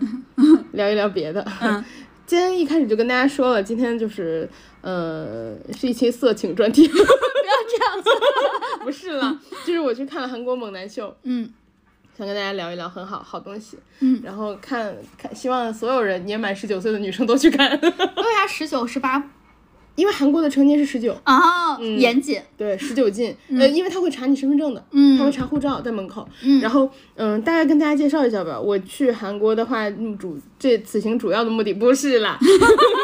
S2: 聊一聊别的。
S1: 嗯，
S2: 今天一开始就跟大家说了，今天就是，呃，是一期色情专题。 不要这样 子，不是啦，就是我去看了韩国猛男秀，
S1: 嗯，
S2: 想跟大家聊一聊很好好东西。
S1: 嗯，
S2: 然后看看，希望所有人年满十九岁的女生都去看，
S1: 为啥啊十九十八
S2: 因为韩国的成年是十九。
S1: 啊，
S2: 嗯
S1: 严谨，
S2: 对，十九禁，呃，因为他会查你身份证的，
S1: 嗯
S2: 他会查护照在门口，嗯，然后，嗯、大概跟大家介绍一下吧。我去韩国的话，嗯主这此行主要的目的不是啦，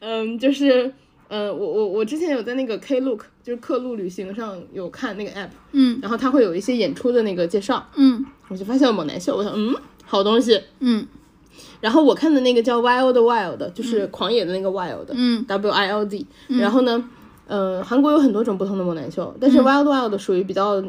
S2: 嗯，就是，呃，我我我之前有在那个 Klook，就是客路旅行上有看那个 app，
S1: 嗯
S2: 然后它会有一些演出的那个介绍，
S1: 嗯
S2: 我就发现了猛男秀，我想，嗯，好东西。
S1: 嗯
S2: 然后我看的那个叫 Wild Wild，就是狂野的那个 Wild，
S1: 嗯
S2: W I L D。然后呢，呃，韩国有很多种不同的猛男秀，但是 Wild Wild 属于比较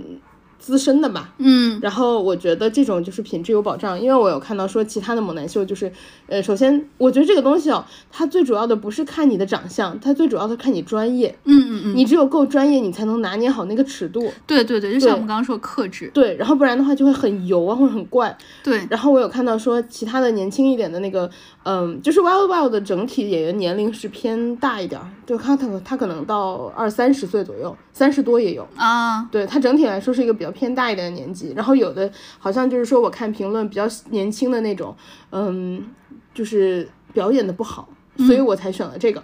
S2: 资深的吧。
S1: 嗯
S2: 然后我觉得这种就是品质有保障，因为我有看到说其他的猛男秀就是，呃，首先我觉得这个东西哦，它最主要的不是看你的长相，它最主要的看你专业，
S1: 嗯嗯嗯，
S2: 你只有够专业，你才能拿捏好那个尺度。
S1: 对对对，就像我们刚刚说克制，
S2: 对，然后不然的话就会很油啊，或者很怪。
S1: 对，
S2: 然后我有看到说，其他的年轻一点的那个，嗯，就是 Wild Wild 的整体演员年龄是偏大一点儿，就他可能他可能到二三十岁左右，三十多也有。
S1: 啊，
S2: 对他整体来说是一个比较偏大一点的年纪，然后有的好像就是说，我看评论比较年轻的那种，嗯，就是表演的不好，所以我才选了这个。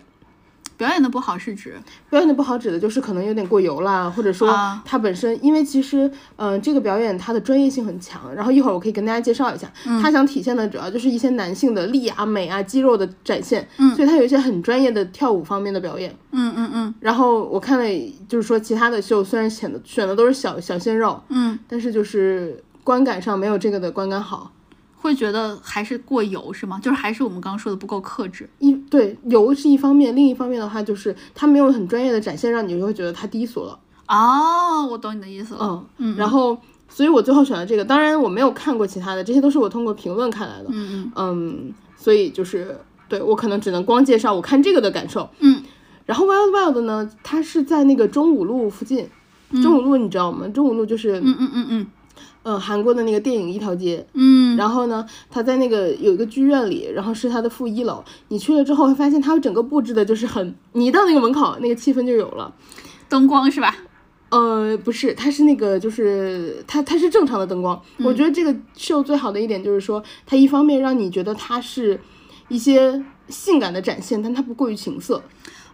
S1: 表演的不好是指
S2: 表演的不好指的就是可能有点过油啦，或者说
S1: 啊
S2: 他本身，因为其实，嗯、这个表演它的专业性很强，然后一会儿我可以跟大家介绍一下，他想体现的主要就是一些男性的力啊、美啊、肌肉的展现，所以他有一些很专业的跳舞方面的表演。
S1: 嗯嗯嗯
S2: 然后我看了，就是说其他的秀虽然选的选的都是小小鲜肉，
S1: 嗯，
S2: 但是就是观感上没有这个的观感好。
S1: 会觉得还是过油是吗？就是还是我们刚刚说的不够克制。
S2: 一对油是一方面，另一方面的话就是他没有很专业的展现，让你就会觉得他低俗了。
S1: 哦，我懂你的意思了。
S2: 嗯，然后所以我最后选了这个，当然我没有看过其他的，这些都是我通过评论看来的。
S1: 嗯
S2: 嗯，所以就是对我可能只能光介绍我看这个的感受。
S1: 嗯，
S2: 然后 Wild Wild 呢，它是在那个中五路附近。中五路你知道吗？中五路就是
S1: 嗯嗯嗯嗯
S2: 呃韩国的那个电影一条街。
S1: 嗯
S2: 然后呢，它在那个有一个剧院里，然后是它的负一楼。你去了之后，会发现它整个布置的就是很，你一到那个门口，那个气氛就有了。
S1: 嗯，灯光是吧？
S2: 呃，不是，它是那个，就是它它是正常的灯光。
S1: 嗯
S2: 我觉得这个秀最好的一点就是说，它一方面让你觉得它是一些性感的展现，但它不过于情色。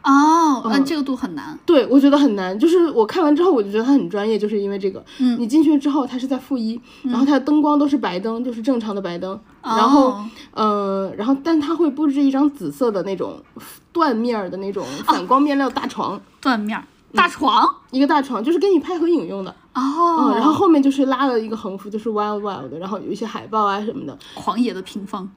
S1: 哦，那、这个度很难。
S2: 对我觉得很难，就是我看完之后我就觉得它很专业，就是因为这个。
S1: 嗯
S2: 你进去之后，它是在负一，然后它的灯光都是白灯，就是正常的白灯。然后
S1: 哦
S2: 呃，然后但它会布置一张紫色的那种缎面儿的那种
S1: 哦
S2: 反光面料大床，
S1: 缎面儿大床。
S2: 一个大床，就是给你拍合影用的。
S1: 哦，
S2: 嗯，然后后面就是拉了一个横幅，就是 Wild Wild 的，然后有一些海报啊什么的。
S1: 狂野的屏风。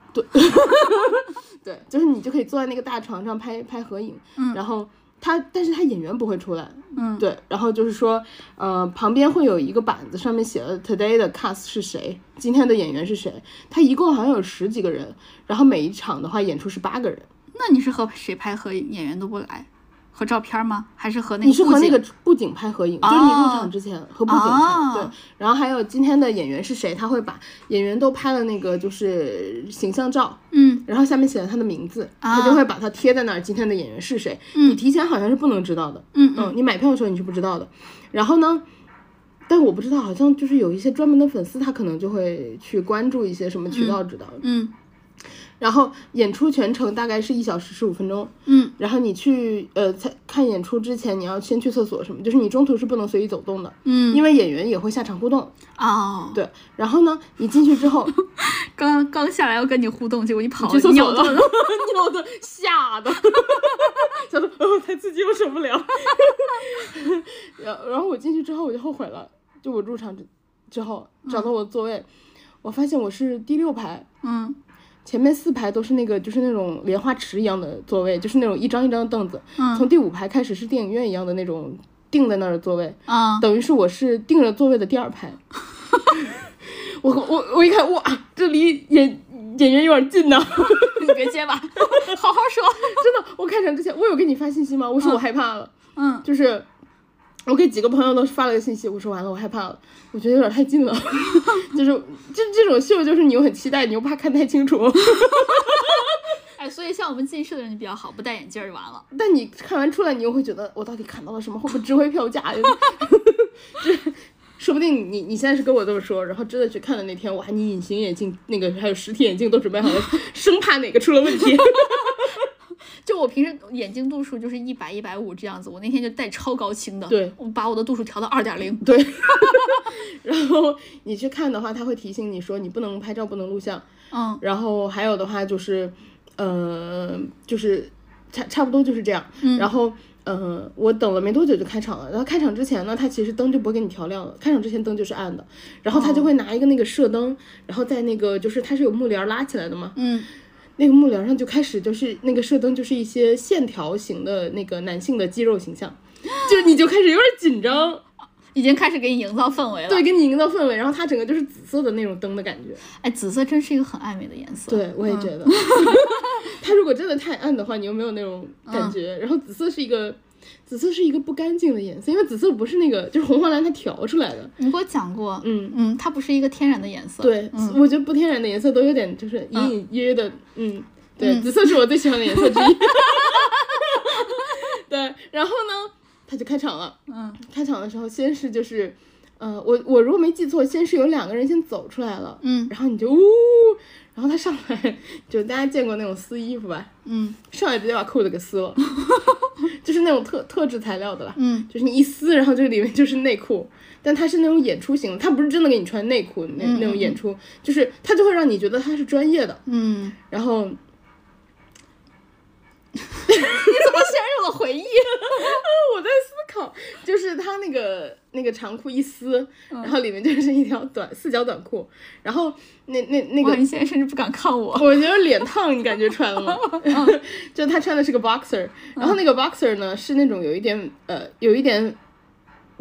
S2: 对，就是你就可以坐在那个大床上拍拍合影。嗯，然后他，但是他演员不会出来。
S1: 嗯，
S2: 对，然后就是说，呃，旁边会有一个板子，上面写了 Today 的 cast 是谁，今天的演员是谁。他一共好像有十几个人，然后每一场的话演出是八个人。
S1: 那你是和谁拍合影？演员都不来，和照片吗？还是和那个
S2: 你是和
S1: 布
S2: 那
S1: 景
S2: 个布景拍合影，就是你入场之前和布景
S1: 哦
S2: 拍。对，然后还有今天的演员是谁，他会把演员都拍了那个就是形象照。
S1: 嗯
S2: 然后下面写了他的名字，
S1: 啊
S2: 他就会把它贴在那儿。今天的演员是谁？你提前好像是不能知道的，
S1: 嗯嗯
S2: 嗯，你买票的时候你是不知道的。然后呢，但我不知道，好像就是有一些专门的粉丝，他可能就会去关注一些什么渠道知道。
S1: 嗯
S2: 然后演出全程大概是一小时十五分钟，
S1: 嗯
S2: 然后你去呃才看演出之前，你要先去厕所什么，就是你中途是不能随意走动的，
S1: 嗯
S2: 因为演员也会下场互动。
S1: 哦，
S2: 对，然后呢，你进去之后
S1: 刚刚下来要跟你互动，结果你跑
S2: 去厕所
S1: 尿
S2: 了，
S1: 遁
S2: 尿的吓的， 想说哦，他自己又受不了。 然后然后我进去之后我就后悔了，就我入场之之后找到我的座位，我发现我是第六排，
S1: 嗯
S2: 前面四排都是那个就是那种莲花池一样的座位，就是那种一张一张的凳子，
S1: 嗯
S2: 从第五排开始是电影院一样的那种定在那儿的座位，
S1: 啊，
S2: 等于是我是定了座位的第二 排。我我我一看哇，这离演演员有点近呢、
S1: 你别结巴， 好好说。
S2: 真的，我开场之前我有给你发信息吗？我说我害怕了，
S1: 嗯，
S2: 就是我给几个朋友都发了个信息，我说完了，我害怕了，我觉得有点太近了， 就是这这种秀就是你又很期待，你又怕看太清楚，
S1: 哎，所以像我们近视的人就比较好，不戴眼镜儿就完了。
S2: 但你看完出来，你又会觉得我到底看到了什么，会不会值回票价？就是 就是说不定你你现在是跟我这么说，然后真的去看的那天，哇，你隐形眼镜那个还有实体眼镜都准备好了，生怕哪个出了问题。
S1: 就我平时眼睛度数就是一百、一百五这样子，我那天就戴超高清的，
S2: 对
S1: 我把我的度数调到二点零。
S2: 对， 然后你去看的话，他会提醒你说你不能拍照，不能录像。
S1: 嗯
S2: 然后还有的话就是，呃，就是差差不多就是这样。然后，呃，我等了没多久就开场了。然后开场之前呢，它其实灯就不会给你调亮了，开场之前灯就是暗的。然后他就会拿一个那个射灯，然后在那个就是它是有幕帘拉起来的嘛，
S1: 嗯
S2: 那个幕帘上就开始就是那个射灯就是一些线条型的那个男性的肌肉形象，就是你就开始有点紧张，
S1: 已经开始给你营造氛围了。
S2: 对，，给你营造氛围。然后它整个就是紫色的那种灯的感觉。
S1: 哎，紫色真是一个很暧昧的颜色。
S2: 对，我也觉得。 它如果真的太暗的话，你又没有那种感觉。然后紫色是一个，紫色是一个不干净的颜色，因为紫色不是那个，就是红黄蓝它调出来的。
S1: 你给我讲过，
S2: 嗯
S1: 嗯，它不是一个天然的颜色。，
S2: 对，我觉得不天然的颜色都有点就是隐隐约约的，嗯，对，紫色是我最喜欢的颜色之 一。对，然后呢，他就开场了。
S1: 嗯，
S2: 开场的时候，先是就是，呃，我我如果没记错，先是有两个人先走出来了，
S1: 嗯
S2: 然后你就呜，然后他上来就大家见过那种撕衣服吧，
S1: 嗯，
S2: 上来直接把裤子给撕了，就是那种特特制材料的啦，
S1: 嗯，
S2: 就是你一撕，然后这个里面就是内裤，但它是那种演出型的，它不是真的给你穿内裤那
S1: 嗯嗯
S2: 那种演出，就是它就会让你觉得它是专业的，
S1: 嗯， 你
S2: 然后
S1: 怎么陷入了回忆？
S2: 我在思考，就是他那个那个长裤一撕，
S1: 嗯
S2: 然后里面就是一条短四角短裤，然后那那那
S1: 哇，
S2: 个，
S1: 你现在甚至不敢看我。
S2: 我觉得脸烫，你感觉穿 了吗？就他穿的是个
S1: 嗯
S2: boxer，然后那个 boxer 呢是那种有一点呃有一点。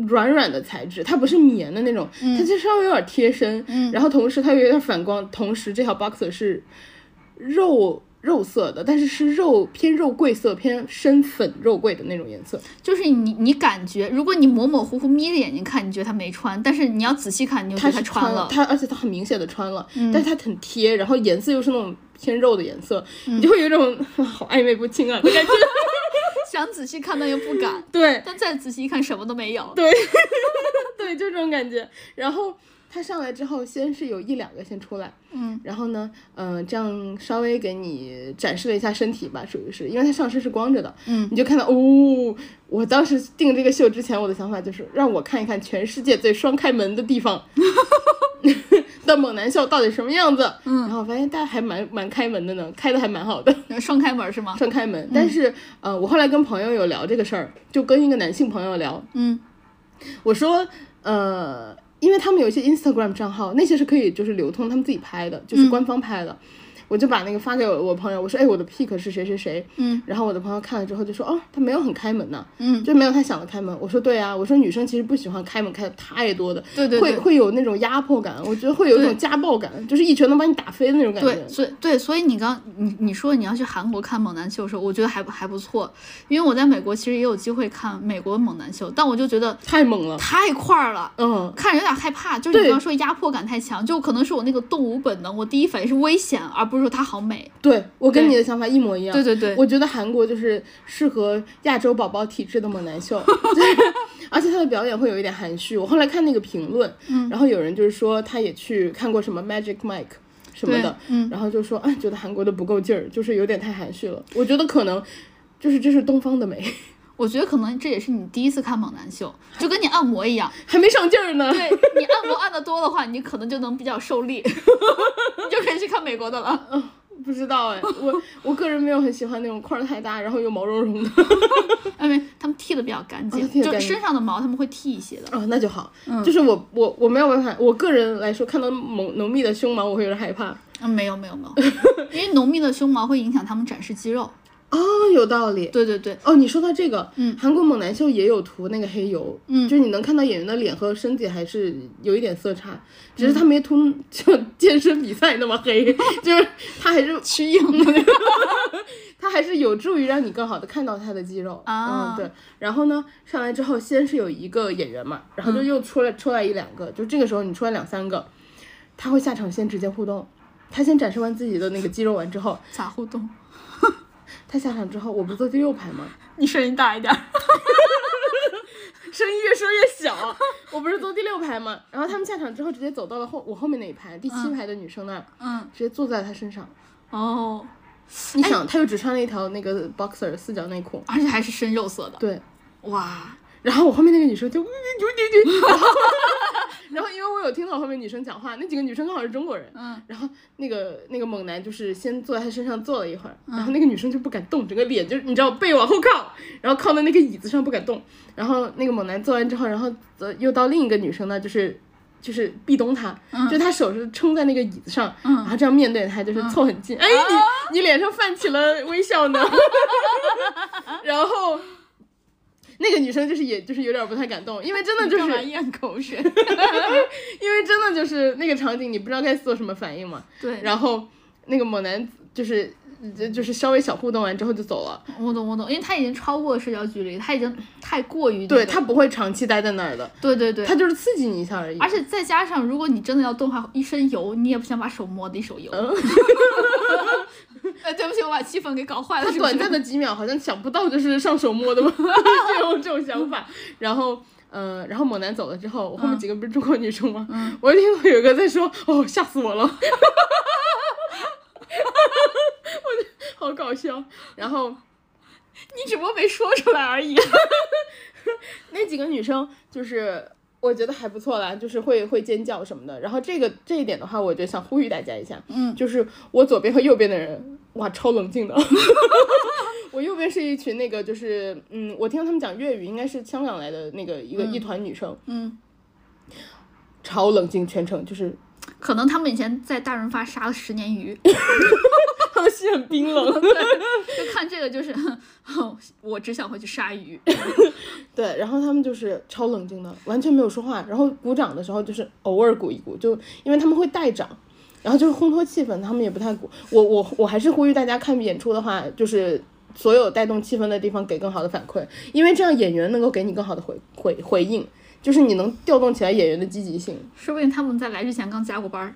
S2: 软软的材质，它不是棉的那种，它就稍微有点贴身，
S1: 嗯
S2: 然后同时它又有点反光，同时这条 boxer 是肉肉色的，但是是肉偏肉桂色，偏深粉肉桂的那种颜色。
S1: 就是你，你感觉，如果你模模糊糊眯着眼睛看，你觉得他没穿，但是你要仔细看，你就觉
S2: 他
S1: 得
S2: 是
S1: 穿了。嗯
S2: 他而且他很明显的穿了，但是他很贴，然后颜色又是那种偏肉的颜色，
S1: 嗯
S2: 你就会有一种 啊好暧昧不清啊的感觉。
S1: 想仔细看，但又不敢，
S2: 对
S1: 但再仔细一看，什么都没有。
S2: 对，就这种感觉。然后他上来之后，先是有一两个先出来，
S1: 嗯，
S2: 然后呢，嗯、这样稍微给你展示了一下身体吧，属于是因为他上身是光着的，
S1: 嗯，
S2: 你就看到哦，我当时定这个秀之前，我的想法就是让我看一看全世界最双开门的 地方。 的猛男秀到底什么样子？嗯，然后我发现大家还蛮蛮开门的呢，开的还蛮好的。
S1: 呃双开门是吗？
S2: 双开门，但是、呃，我后来跟朋友有聊这个事儿，就跟一个男性朋友聊，
S1: 嗯
S2: 我说呃，因为他们有一些 Instagram 账号，那些是可以就是流通他们自己拍的，
S1: 嗯
S2: 就是官方拍的，我就把那个发给我我朋友，我说哎，我的 pick 是谁谁谁，
S1: 嗯，
S2: 然后我的朋友看了之后就说哦，他没有很开门呐、
S1: 嗯，
S2: 就没有他想的开门。我说对啊，我说女生其实不喜欢开门开的太多的，
S1: 对对
S2: 会
S1: 对
S2: 会有那种压迫感，我觉得会有一种
S1: 对
S2: 家暴感，就是一拳能把你打飞的那种感觉
S1: 对，。所以对，所以你刚你你说你要去韩国看猛男秀的时候，我觉得还不还不错，因为我在美国其实也有机会看美国猛男秀，但我就觉得
S2: 太猛了，
S1: 太快儿了。
S2: 嗯，
S1: 看着有点害怕，就是你
S2: 对
S1: 刚刚说压迫感太强，就可能是我那个动物本能，我第一反应是危险，而不是说它好美。
S2: 对我跟
S1: 对
S2: 你的想法一模一样。
S1: 对对对，
S2: 我觉得韩国就是适合亚洲宝宝体质的猛男秀， 就是而且他的表演会有一点含蓄。我后来看那个评论，
S1: 嗯
S2: 然后有人就是说他也去看过什么 Magic Mike 什么
S1: 对
S2: 的，
S1: 嗯
S2: 然后就说啊，觉得韩国的不够劲儿，就是有点太含蓄了。我觉得可能就是这是东方的美，
S1: 我觉得可能这也是你第一次看猛男 秀，就跟你按摩一样，
S2: 还没上劲儿 呢。
S1: 对你按摩按的多的话，你可能就能比较受力， 你就可以去看美国的了。
S2: 不知道哎，我我个人没有很喜欢那种块儿太大，然后又毛 茸茸的。
S1: 因为哎他们剃的比较干净，
S2: 哦剃得
S1: 就
S2: 干净
S1: 身上的毛他们会剃一些的。
S2: 哦，那就好。
S1: 嗯
S2: 就是我我我没有办法，我个人来说，看到浓浓密的胸毛，我会有点害怕。
S1: 嗯，没有没有没有， 因为浓密的胸毛会影响他们展示肌肉。
S2: 哦，有道理。
S1: 对对对，
S2: 哦，你说到这个，
S1: 嗯
S2: 韩国猛男秀也有涂那个黑油，
S1: 嗯
S2: 就是你能看到演员的脸和身体还是有一点色差，
S1: 嗯
S2: 只是他没涂就健身比赛那么黑， 就是他还是
S1: 去硬的。
S2: 他还是有助于让你更好的看到他的肌肉
S1: 啊
S2: 嗯，对。然后呢，上来之后先是有一个演员嘛，然后
S1: 嗯
S2: 就又出来、出来一两个，就这个时候你出来两三个，他会下场先直接互动，他先展示完自己的那个肌肉完之后，
S1: 咋互动？
S2: 他下场之后，我不坐第六排吗？
S1: 你声音大一点儿。
S2: 声音越说越小。 我不是坐第六排嘛，然后他们下场之后直接走到了后我后面那一排，第七排的女生那儿，
S1: 嗯，
S2: 直接坐在她身上。哎
S1: 哦，
S2: 你想，她又只穿了一条那个 boxer 四角内裤，
S1: 而且还是深肉色的。
S2: 对。
S1: 哇，
S2: 然后我后面那个女生就，嗯然后 然后因为我有听到后面女生讲话，那几个女生刚好是中国人，
S1: 嗯，
S2: 然后那个那个猛男就是先坐在她身上坐了一会儿，然后那个女生就不敢动，整个脸就是你知道背往后靠，然后靠在那个椅子上不敢动。然后那个猛男坐完之后，然后呃又到另一个女生那，就是就是壁咚她，就她手是撑在那个椅子上，然后这样面对她，就是凑很近。哎，你你脸上泛起了微笑呢。然后那个女生就是也就是有点不太敢动，因为真的就是
S1: 干嘛咽口 水？
S2: 因为真的就是那个场景，你不知道该做什么反应嘛。
S1: 对，
S2: 然后那个猛男就是就就是稍微小互动完之后就走了，
S1: 我懂我懂，因为他已经超过社交距离，他已经太过于、那
S2: 对
S1: 个、
S2: 他不会长期待在那儿的，
S1: 对对对
S2: 他就是刺激你一下而已。
S1: 而且再加上，如果你真的要动画一身油，你也不想把手摸的一手油。
S2: 嗯
S1: 哎，对不起，我把气氛给搞坏了。
S2: 他
S1: 是不是
S2: 短暂的几秒好像想不到就是上手 摸的吧，这种这种想法。然后。呃，然后猛男走了之后，我后面几个不是中国女生吗？
S1: 嗯
S2: 我就听到有一个在说：“哦，吓死我了！”我就好搞笑。然后
S1: 你只不过没说出来而已。
S2: 那几个女生就是我觉得还不错啦，就是会会尖叫什么的。然后这个这一点的话，我就想呼吁大家一下，
S1: 嗯，
S2: 就是我左边和右边的人，哇，超冷静的。我右边是一群那个就是嗯，我听他们讲粤语，应该是香港来的那个一个、一团女生，
S1: 嗯，
S2: 超冷静全程，就是
S1: 可能他们以前在大润发杀了十年鱼，
S2: 他们心很冰冷。
S1: 对，就看这个就是，哼我只想回去杀鱼。
S2: 对，然后他们就是超冷静的，完全没有说话。然后鼓掌的时候就是偶尔鼓一鼓，就因为他们会带掌，然后就是烘托气氛，他们也不太鼓。我我 我还是呼吁大家看演出的话，就是所有带动气氛的地方给更好的反馈，因为这样演员能够给你更好的回回回应，就是你能调动起来演员的积极性。
S1: 说不定他们在来之前刚加过班儿，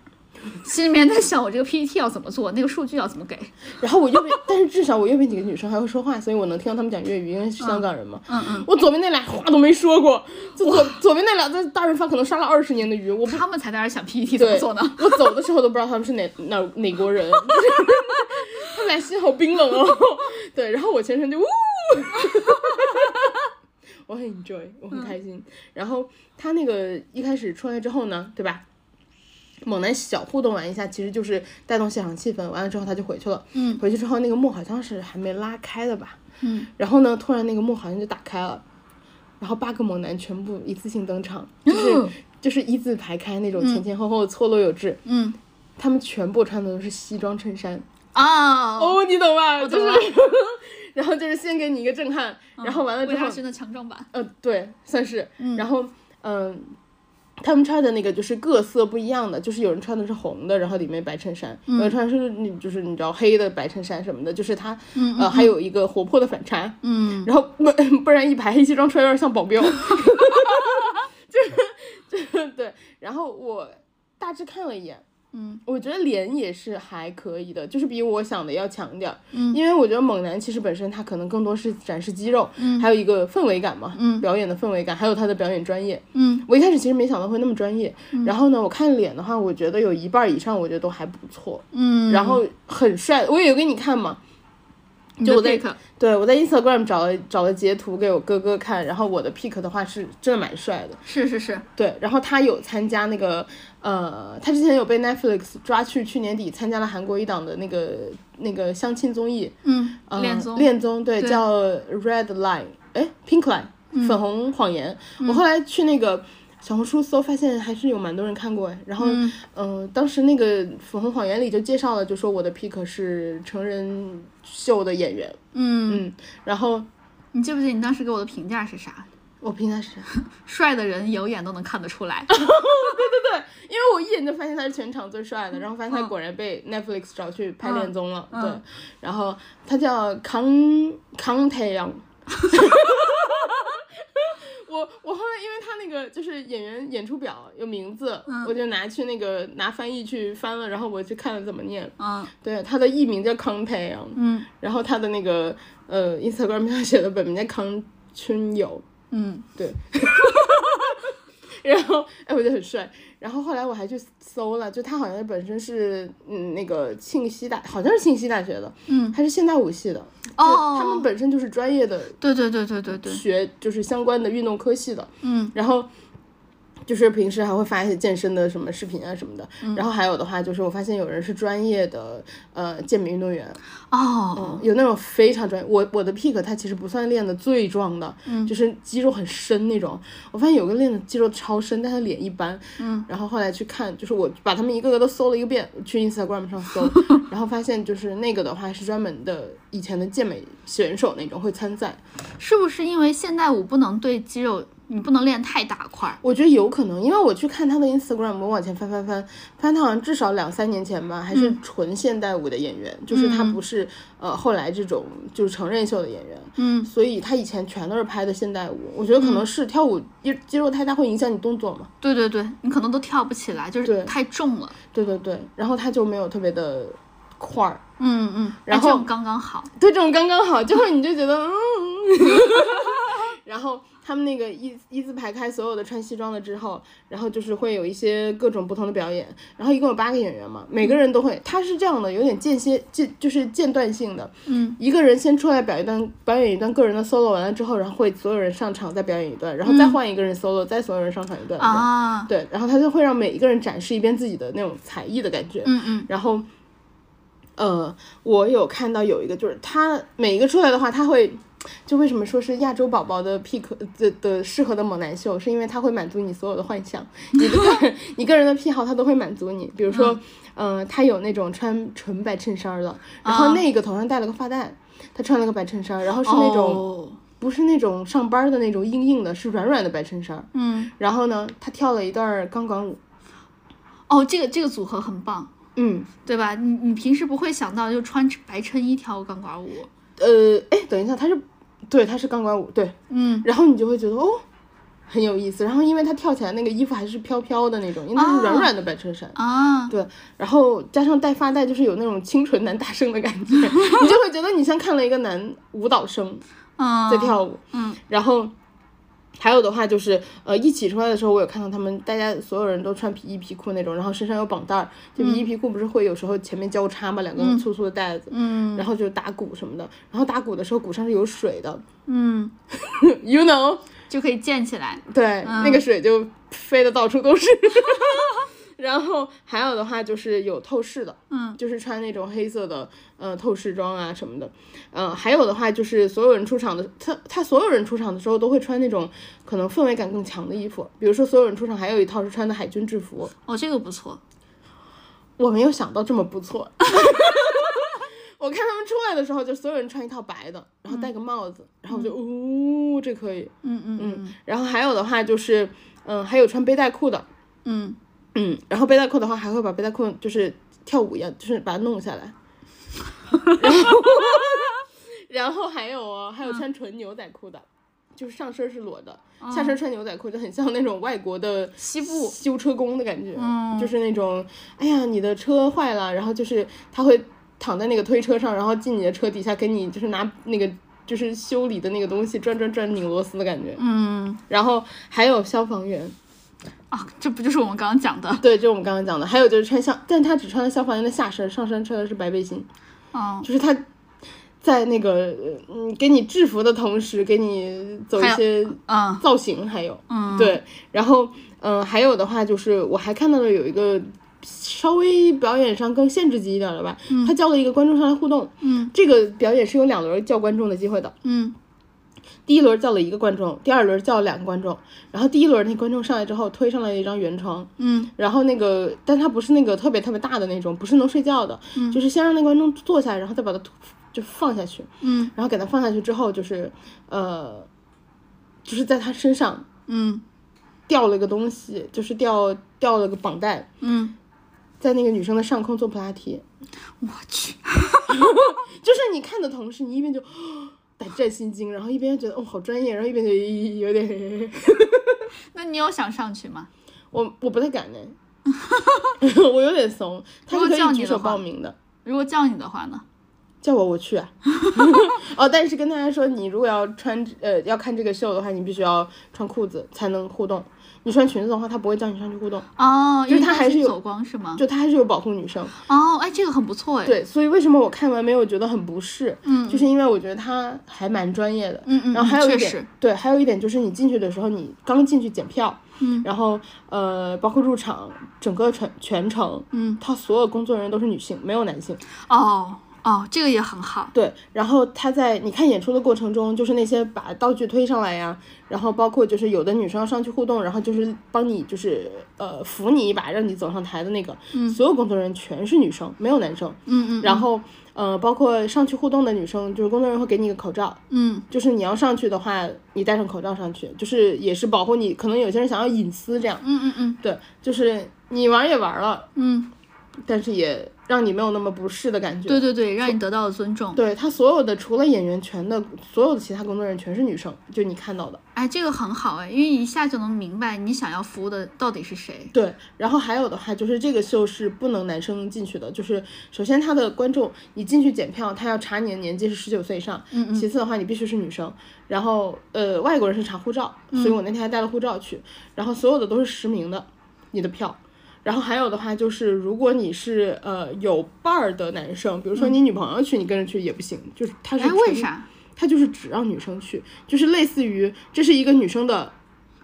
S1: 心里面在想我这个 PPT 要怎么做，那个数据要怎么给。
S2: 然后我右边，但是至少我右边几个女生还会说话，所以我能听到她们讲粤语，因为是香港人嘛。
S1: 嗯嗯，
S2: 我左边那俩话都没说过，就左左边那俩在大润发可能杀了二十年的鱼，我不
S1: 他们才在那儿想 PPT 怎么
S2: 对
S1: 做呢？
S2: 我走的时候都不知道他们是哪哪哪国人， 他们俩心好冰冷哦。 对，然后我全程就呜， 我很 enjoy，我
S1: 嗯
S2: 很开心。然后他那个一开始出来之后呢，对吧？猛男小互动完一下，其实就是带动现场气氛。完了之后他就回去了，
S1: 嗯，
S2: 回去之后那个幕好像是还没拉开的吧，
S1: 嗯，
S2: 然后呢，突然那个幕好像就打开了，然后八个猛男全部一次性登场， 就是就是一字排开那种前前后后错落有致，
S1: 嗯
S2: 他们全部穿的都是西装衬衫。
S1: 哦，
S2: 哦，你懂吧？就
S1: 懂
S2: 是
S1: 了， 嗯
S2: 然后就是先给你一个震撼，然后 完了之
S1: 魏
S2: 后
S1: 大，勋的强壮版。
S2: 呃，对，算是，然后嗯、他们穿的那个就是各色不一样的，就是有人穿的是红的，然后里面白衬衫，
S1: 嗯
S2: 有人穿的是你就是你知道黑的白衬衫什么的，就是他，呃，还有一个活泼的反差，
S1: 嗯，
S2: 然后不不 然一排黑西装穿有点像 保镖， 就是就是对，然后我大致看了一眼。
S1: 嗯，
S2: 我觉得脸也是还可以的，就是比我想的要强点儿。
S1: 嗯，
S2: 因为我觉得猛男其实本身他可能更多是展示肌肉，嗯，还有一个氛围感嘛，
S1: 嗯
S2: 表演的氛围感，还有他的表演专业。
S1: 嗯
S2: 我一开始其实没想到会那么专业，然后呢，我看脸的话，我觉得有一半以上我觉得都还不错，
S1: 嗯，
S2: 然后很帅，我也有给你看嘛。
S1: 你
S2: 就
S1: 的
S2: 我在
S1: pick
S2: 对我在 Instagram 找了找了截图给我哥哥看，然后我的 pick 的话是真的蛮帅的，
S1: 是是是，
S2: 对，然后他有参加那个，呃，他之前有被 Netflix 抓去，去年底参加了韩国一档的那个那个相亲综艺，
S1: 嗯，
S2: 呃、
S1: 恋综，
S2: 恋综，对，
S1: 对
S2: 叫 Red Line，哎，Pink Line，、粉红谎言。我后来去那个小红书搜，发现还是有蛮多人看过哎。然后，嗯、当时那个粉红谎言里就介绍了，就说我的 pick 是成人秀的演员，
S1: 嗯，
S2: 嗯，然后
S1: 你记不记得你当时给我的评价是啥？
S2: 我评价是啥，
S1: 帅的人有眼都能看得出 来。
S2: 因为我一眼就发现他是全场最帅的，然后发现他果然被 Netflix 找去拍恋综了，
S1: 嗯
S2: 对，
S1: 嗯
S2: 然后他叫康康太阳。 我我后来因为他那个就是演员演出表有名字，我就拿去那个拿翻译去翻了，然后我去看了怎么念。
S1: 嗯
S2: 对，他的艺名叫康太阳，
S1: 嗯
S2: 然后他的那个呃 Instagram 上写的本名叫康春友，
S1: 嗯，
S2: 然后，哎，我觉得很帅。然后后来我还去搜了，就他好像本身是嗯那个庆熙大，好像是庆熙大学的，
S1: 嗯，
S2: 他是现代舞系的，
S1: 哦，
S2: 就他们本身就是专业的
S1: 对对对对对对，
S2: 学，就是相关的运动科系的，
S1: 嗯，
S2: 然后。就是平时还会发一些健身的什么视频啊什么的，
S1: 嗯
S2: 然后还有的话就是我发现有人是专业的呃健美运动员，
S1: 哦，
S2: 有那种非常专业。我我的 pick 他其实不算练的最壮的，
S1: 嗯
S2: 就是肌肉很深那种。我发现有个练的肌肉超深，但他脸一般。
S1: 嗯，
S2: 然后后来去看，就是我把他们一个个都搜了一个遍，去 Instagram 上 搜，然后发现就是那个的话是专门的以前的健美选手那种会参赛。
S1: 是不是因为现代舞不能对肌肉，你不能练太大块儿？
S2: 我觉得有可能，因为我去看他的 Instagram，我往前翻翻翻，发现他好像至少两三年前吧，还是纯现代舞的演员，就是他不是呃后来这种就是成人秀的演员。
S1: 嗯
S2: 所以他以前全都是拍的现代舞，我觉得可能是跳舞肌肌肉太大会影响你动作嘛，，
S1: 对对对，你可能都跳不起来，就是
S2: 对
S1: 太重了。
S2: 对对对，然后他就没有特别的块儿，
S1: 嗯嗯，哎
S2: 然
S1: 这
S2: 后
S1: 种刚刚好。
S2: 对这种刚刚好，就会你就觉得嗯， 然后他们那个一一字排开所有的穿西装的之后，然后就是会有一些各种不同的表演，然后一共有八个演员嘛，每个人都会，他是这样的，有点间歇间就是间断性的，
S1: 嗯，
S2: 一个人先出来表演一段表演一段个人的 solo，完了之后，然后会所有人上场再表演一段，然后再换一个人 solo，、再所有人上场一段，这样
S1: 啊，
S2: 对，然后他就会让每一个人展示一遍自己的那种才艺的感觉，
S1: 嗯嗯
S2: 然后，呃，我有看到有一个，就是他每一个出来的话，他会，就为什么说是亚洲宝宝的 pick 的的适合的猛男秀，是因为他会满足你所有的幻想，你的个人你个人的癖好，他都会满足你。比如说，嗯、呃，他有那种穿纯白衬衫的，然后那个头上戴了个发带。他穿了个白衬衫，然后是那种、
S1: 哦
S2: 不是那种上班的那种硬硬的，是软软的白衬衫。
S1: 嗯
S2: 然后呢，他跳了一段钢管舞，
S1: 哦，这个这个组合很棒，
S2: 嗯，
S1: 对吧？你你平时不会想到就穿白衬衣跳钢管舞，
S2: 呃，哎，等一下，他是，对，他是钢管舞，对，
S1: 嗯
S2: 然后你就会觉得哦，很有意思。然后因为他跳起来那个衣服还是飘飘的那种，因为它是软软的白衬衫，
S1: 啊，
S2: 对，然后加上戴发带，就是有那种清纯男大生的感觉，你就会觉得你像看了一个男舞蹈生
S1: 嗯，
S2: 在跳舞，
S1: 嗯，
S2: 然后。还有的话就是，呃，一起出来的时候，我有看到他们大家所有人都穿皮衣皮裤那种，然后身上有绑带儿，就皮衣皮裤不是会有时候前面交叉嘛，两个粗粗的带子，
S1: 嗯
S2: 然后就打鼓什么的，然后打鼓的时候鼓上是有水的
S1: 嗯，
S2: ，you know，
S1: 就可以溅起来，
S2: 对，那个水就飞的到处都是。 然后还有的话就是有透视的，
S1: 嗯
S2: 就是穿那种黑色的呃透视装啊什么的，嗯、还有的话就是所有人出场的，他他所有人出场的时候都会穿那种可能氛围感更强的衣服，比如说所有人出场还有一套是穿的海军制服，
S1: 哦，这个不错，
S2: 我没有想到这么 不错。我看他们出来的时候，就所有人穿一套白的，然后戴个帽子，然后我就，哦，这可以。
S1: 嗯嗯嗯
S2: 然后还有的话就是，嗯，还有穿背带裤的，
S1: 嗯，
S2: 嗯，然后背带裤的话，还会把背带裤就是跳舞一样，就是把它弄下来。然后，然后还有哦，还有穿纯牛仔裤的，就是上身是裸的，下身穿牛仔裤，就很像那种外国的
S1: 嗯西部
S2: 修车工的感觉，
S1: 嗯
S2: 就是那种，哎呀，你的车坏了，然后就是他会躺在那个推车上，然后进你的车底下给你就是拿那个就是修理的那个东西转转转拧螺丝的感觉。
S1: 嗯
S2: 然后还有消防员，
S1: 啊，这不就是我们刚刚讲的，
S2: 对，就我们刚刚讲的，还有就是穿消，但他只穿了消防员的下身，上身穿的是白背心，
S1: 嗯，
S2: 就是他在那个呃嗯给你制服的同时，给你走一
S1: 还有
S2: 些
S1: 嗯
S2: 造型，还有
S1: 嗯，
S2: 对，然后嗯、呃还有的话就是我还看到了有一个稍微表演上更限制级一点的吧，他叫了一个观众上来互动，
S1: 嗯
S2: 这个表演是有两轮叫观众的机会的，
S1: 嗯
S2: 第一轮叫了一个观众，第二轮叫了两个观众，然后第一轮那观众上来之后推上来一张圆床。
S1: 嗯
S2: 然后那个，但它不是那个特别特别大的那种，不是能睡觉的，就是先让那观众坐下，然后再把它吐就放下去，
S1: 嗯
S2: 然后给它放下去之后，就是呃，就是在它身上
S1: 嗯
S2: 掉了个东西，就是掉掉了个绑带，
S1: 嗯，
S2: 在那个女生的上空做普拉提，
S1: 我去，
S2: 就是你看的同时，你一边就哦胆战心惊，然后一边觉得哦好专业，然后一边就咦有点
S1: 那你有想上去吗？
S2: 我我不太敢 呢，我有点怂，他是可
S1: 如果叫
S2: 以
S1: 你
S2: 举
S1: 的
S2: 手
S1: 话
S2: 报名的。
S1: 如果叫你的话呢？
S2: 叫我我去啊！ 哦，但是跟大家说，你如果要穿呃要看这个秀的话，你必须要穿裤子才能互动。你穿裙子的话，他不会叫你上去互动，
S1: 哦，
S2: 就是
S1: 因为
S2: 它还是有
S1: 走光是吗？
S2: 就他还是有保护女生。
S1: 哦，哎，这个很不错哎，
S2: 对，所以为什么我看完没有觉得很不适？
S1: 嗯
S2: 就是因为我觉得他还蛮专业的。
S1: 嗯嗯，
S2: 然后还
S1: 嗯
S2: 有一
S1: 确实
S2: 点，对，还有一点就是你进去的时候，你刚进去检票，
S1: 嗯
S2: 然后呃，包括入场，整个全全程，
S1: 嗯，
S2: 他所有工作人员都是女性，没有男性。
S1: 哦哦，这个也很好，
S2: 对，然后他在你看演出的过程中，就是那些把道具推上来呀，然后包括就是有的女生要上去互动，然后就是帮你就是呃扶你一把，让你走上台的那个，所有工作人员全是女生，没有男生。
S1: 嗯嗯嗯
S2: 然后呃，包括上去互动的女生，就是工作人员会给你一个口罩，
S1: 嗯
S2: 就是你要上去的话，你戴上口罩上去，就是也是保护你。可能有些人想要隐私这样，
S1: 嗯嗯嗯
S2: 对，就是你玩也玩了，
S1: 嗯
S2: 但是也让你没有那么不适的感觉。
S1: 对对对，让你得到了尊重。
S2: 对他所有的除了演员全的所有的其他工作人员全是女生，就你看到的。
S1: 哎，这个很好哎，因为一下就能明白你想要服务的到底是谁。
S2: 对，然后还有的话就是这个秀是不能男生进去的，就是首先他的观众你进去检票，他要查你的年纪是十九岁以上，
S1: 嗯嗯
S2: 其次的话你必须是女生，然后呃外国人是查护照，
S1: 嗯
S2: 所以我那天还带了护照去，然后所有的都是实名的，你的票。然后还有的话就是，如果你是呃有伴儿的男生，比如说你女朋友去，你跟着去也不行，就是他是
S1: 嗯哎，为
S2: 纯
S1: 啥
S2: 他就是只让女生去，就是类似于这是一个女生的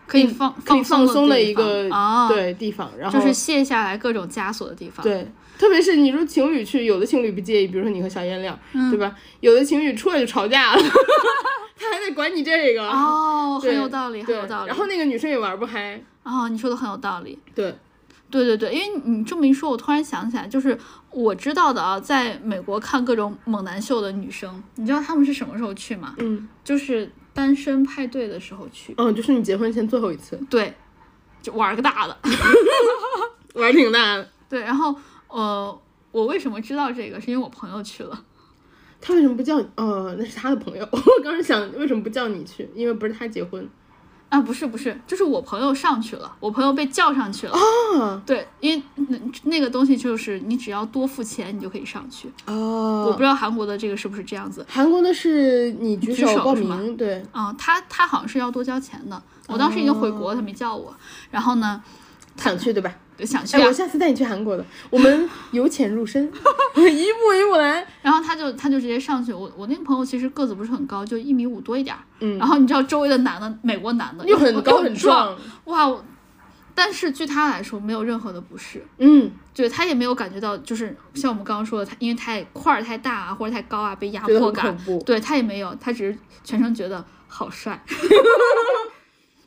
S1: 可以放
S2: 可以放松
S1: 的
S2: 的
S1: 地
S2: 一个
S1: 方哦，，
S2: 对地方，然后
S1: 就是卸下来各种枷锁的地方。，
S2: 对，特别是你说情侣去，有的情侣不介意，比如说你和小月亮，
S1: 嗯
S2: 对吧？有的情侣出来就吵架了， 他还得管你这个，
S1: 哦，很
S2: 对
S1: 有道理，很
S2: 对，
S1: 有道理。
S2: 然后那个女生也玩不嗨，
S1: 哦，你说的很有道理。
S2: 对，
S1: 对对对，因为你这么一说，我突然想起来，就是我知道的啊，在美国看各种猛男秀的女生，你知道她们是什么时候去吗？
S2: 嗯
S1: 就是单身派对的时候去，
S2: 嗯，就是你结婚前最后一次，
S1: 对，就玩个大的。
S2: 玩挺大的。
S1: 对，然后呃，我为什么知道这个？是因为我朋友去了。
S2: 他为什么不叫你？哦，那是他的朋友。 我刚才想，为什么不叫你去？因为不是他结婚。
S1: 啊，不是不是，就是我朋友上去了，我朋友被叫上去了。
S2: 啊
S1: 对，因为那那个东西就是你只要多付钱，你就可以上去。我不
S2: 哦，
S1: 知道韩国的这个是不是这样子。
S2: 韩国的是你举
S1: 举手
S2: 报
S1: 是吗
S2: 名，对，
S1: 啊，他他好像是要多交钱的。我当时已经回国了，他没叫我。然后呢，
S2: 想去对吧？
S1: 想去、
S2: 哎，
S1: 啊
S2: 我，下次带你去韩国的，我们由浅入 深，一步一步来。
S1: 然后他就他就直接上去。我我那个朋友其实个子不是很高，就一米五多一点儿。
S2: 嗯
S1: 然后你知道周围的男的，美国男的
S2: 又
S1: 又
S2: 很高很
S1: 壮，
S2: 壮，
S1: 哇！我但是据他来说，没有任何的不适。
S2: 嗯，
S1: 对他也没有感觉到，就是像我们刚刚说的，他因为太块儿太大啊，或者太高啊，被压
S2: 觉得
S1: 迫
S2: 很
S1: 感
S2: 恐，怖。
S1: 对他也没有，他只是全程觉得好帅，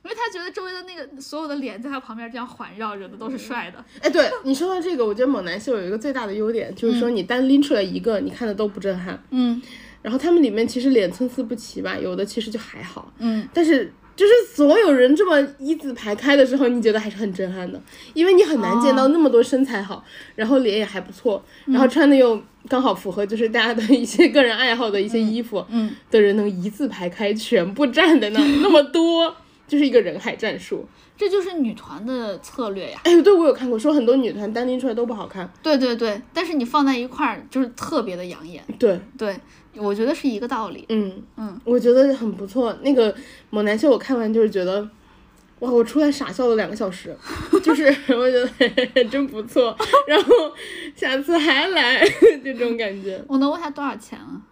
S1: 因为他觉得周围的那个所有的脸在他旁边这样环绕着的都是帅的。
S2: 哎，对你说到这个，我觉得猛男秀有一个最大的优点，就是说你单拎出来一个，你看的都不震撼。
S1: 嗯
S2: 然后他们里面其实脸参差不齐吧，有的其实就还好，
S1: 嗯，
S2: 但是。就是所有人这么一字排开的时候，你觉得还是很震撼的，因为你很难见到那么多身材好，然后脸也还不错，然后穿的又刚好符合就是大家的一些个人爱好的一些衣服，
S1: 嗯，
S2: 的人能一字排开，全部站在那儿那么多，就是一个人海战术。
S1: 这就是女团的策略呀。
S2: 哎，对我有看过，说很多女团单拎出来都不好看。
S1: 对对对，但是你放在一块儿就是特别的养眼。
S2: 对，
S1: 对，我觉得是一个道理。
S2: 嗯
S1: 嗯，
S2: 我觉得很不错。那个猛男秀我看完就是觉得，哇，我出来傻笑了两个小时，就是 我觉得 嘿嘿嘿真不错，然后下次还来这种感觉。
S1: 我能问他多少钱啊？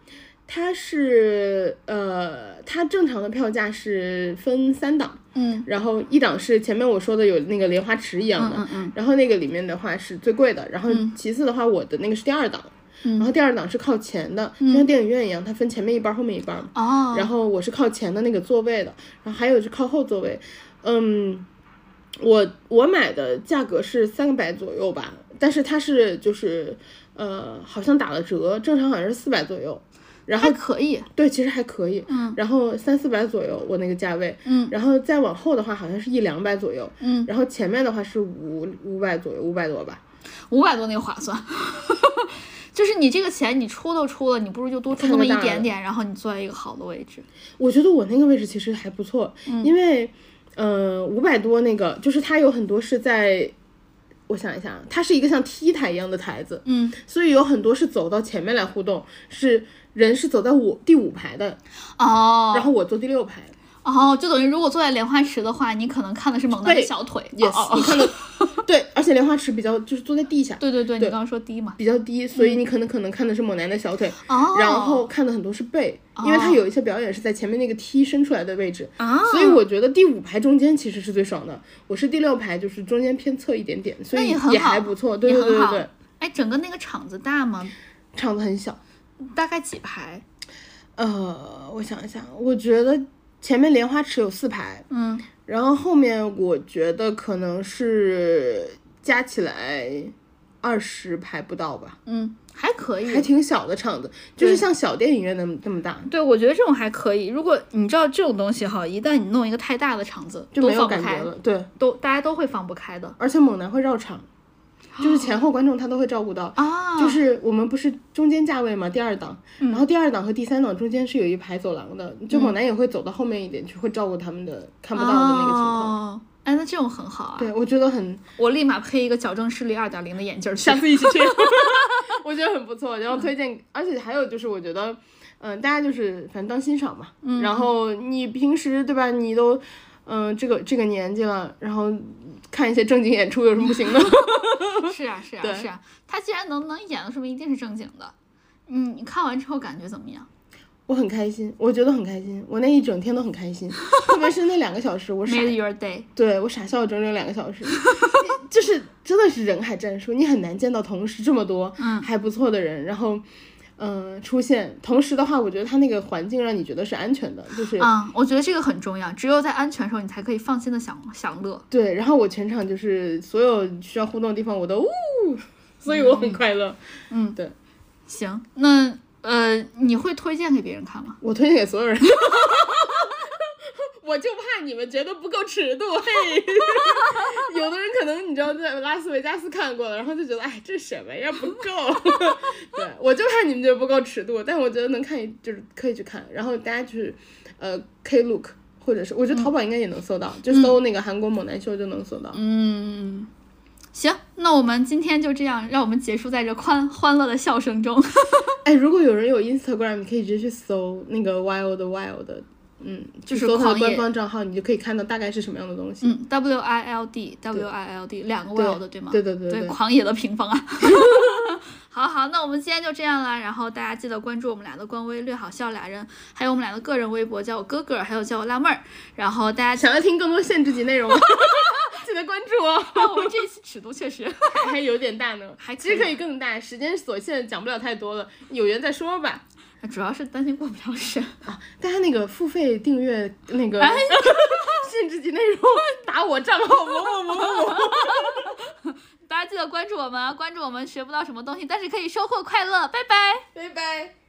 S2: 它是呃，它正常的票价是分三档，
S1: 嗯
S2: 然后一档是前面我说的有那个莲花池一
S1: 嗯
S2: 样的，
S1: 嗯嗯
S2: 然后那个里面的话是最贵的，然后其次的话，我的那个是第二档，
S1: 嗯
S2: 然后第二档是靠前的，就像电影院一样，它分前面一半儿，后面一半儿嘛。
S1: 哦，
S2: 然后我是靠前的那个座位的，然后还有是靠后座位。嗯，我我买的价格是三百左右吧，但是它是就是呃，好像打了折，正常好像是四百左右。然后
S1: 还可以。
S2: 对，其实还可以，
S1: 嗯
S2: 然后三四百左右我那个价位，
S1: 嗯
S2: 然后再往后的话好像是一两百左右，
S1: 嗯，
S2: 然后前面的话是五五百左右，五百多吧。
S1: 五百多那个划算， 就是你这个钱你出都出了，你不如就多出那么一点点，然后你坐在一个好的位置。
S2: 我觉得我那个位置其实还不错，
S1: 嗯
S2: 因为，呃，五百多那个就是它有很多是在，我想一下，啊它是一个像 T 台一样的台子，
S1: 嗯，
S2: 所以有很多是走到前面来互动，是人是走在我第五排的，
S1: 哦，
S2: 然后我坐第六排。
S1: 哦，就等于如果坐在莲花池的话，你可能看的是猛男的
S2: 对
S1: 小腿。
S2: Yes，、
S1: 哦哦
S2: 你
S1: 哦
S2: 看到，对，而且莲花池比较就是坐在地下，
S1: 对对对，你刚刚说低嘛。
S2: 比较低，所以你可能可能看的是猛男的小腿，
S1: 嗯哦，
S2: 然后看的很多是背，因为它有一些表演是在前面那个 T 伸出来的位置，
S1: 啊，
S2: 所以我觉得第五排中间其实是最爽的，我是第六排，就是中间偏侧一点点，所
S1: 那
S2: 以
S1: 也很好
S2: 也还不错。对
S1: 也
S2: 对
S1: 很
S2: 对对
S1: 好
S2: 对，
S1: 哎，整个那个场子大吗？
S2: 场子很小。
S1: 大概几排？
S2: 呃，我想一想，我觉得前面莲花池有四排，
S1: 嗯，
S2: 然后后面我觉得可能是加起来二十排不到吧，
S1: 嗯，还可以，
S2: 还挺小的场子，就是像小电影院那么那么大，
S1: 对，我觉得这种还可以。如果你知道这种东西哈，一旦你弄一个太大的场子，
S2: 就
S1: 都
S2: 没有
S1: 放不
S2: 感觉
S1: 开，
S2: 了。对，
S1: 都大家都会放不开的。
S2: 而且猛男会绕场，就是前后观众他都会照顾到。
S1: 啊，
S2: 就是我们不是中间价位嘛，第二档，然后第二档和第三档中间是有一排走廊的，就猛男也会走到后面一点去，会照顾他们的看不到的那个情况。
S1: 哦，哎，那这种很好啊！
S2: 对，我觉得很，
S1: 我立马配一个矫正视力二点零的眼镜儿去
S2: 下。次一起去， 我觉得很不错。然后推荐，而且还有就是，我觉得，嗯、大家就是反正当欣赏嘛。然后你平时对吧，你都，嗯、这个这个年纪了，然后看一些正经演出有什么不行的？
S1: 是 啊，是啊，
S2: 对
S1: 是啊。他既然能能演，说明一定是正经的。嗯，你看完之后感觉怎么样？
S2: 我很开心，我觉得很开心，我那一整天都很开心，特别是那两个小 时，我傻
S1: Made your day，
S2: 对我傻笑了整整两个小时， 就是真的是人海战术，你很难见到同时这么多还不错的人，然后。嗯、出现同时的话，我觉得他那个环境让你觉得是安全的，就是、
S1: 嗯，我觉得这个很重要。只有在安全的时候，你才可以放心的享享乐。
S2: 对。然后我全场就是所有需要互动的地方，我都呜，所以我很快乐。
S1: 行，那呃，你会推荐给别人看吗？
S2: 我推荐给所有人， 我就怕你们觉得不够尺度。嘿， 有的人可能你知道在拉斯维加斯看过了，然后就觉得哎这什么呀不够。 对，我就怕你们觉得不够尺度，但我觉得能看一就是可以去看，然后大家去呃 K Look。或者是，我觉得淘宝应该也能搜到，就搜那个韩国猛男秀就能搜到。
S1: 嗯，行，那我们今天就这样，让我们结束在这欢欢乐的笑声中。
S2: 哎，如果有人有 Instagram，你可以直接去搜那个 Wild Wild，嗯，
S1: 就
S2: 就是搜它
S1: 狂
S2: 的
S1: 野
S2: 官方账号，你就可以看到大概是什么样的东西。
S1: 嗯，W I L D W I L D 两个 wild 对吗？
S2: 对对对对
S1: 狂野的屏风啊。好好，那我们今天就这样啦。然后大家记得关注我们俩的官微“略好笑俩人”，还有我们俩的个人微博，叫我哥哥，还有叫我辣妹儿。然后大家记
S2: 想要听更多限制级内容 吗？记得关注哦，
S1: 得， 我们这一期尺度确 实
S2: 还还有点大呢，
S1: 还
S2: 其实
S1: 可
S2: 可以更大，时间所限讲不了太多了，有缘再说吧。
S1: 主要是担心过不了 审。
S2: 大家那个付费订阅那个
S1: 哎
S2: 限制级内容，打我账号某某某某某。
S1: 大家记得关注我们啊，关注我们学不到什么东西，但是可以收获快乐。拜拜。
S2: 拜拜。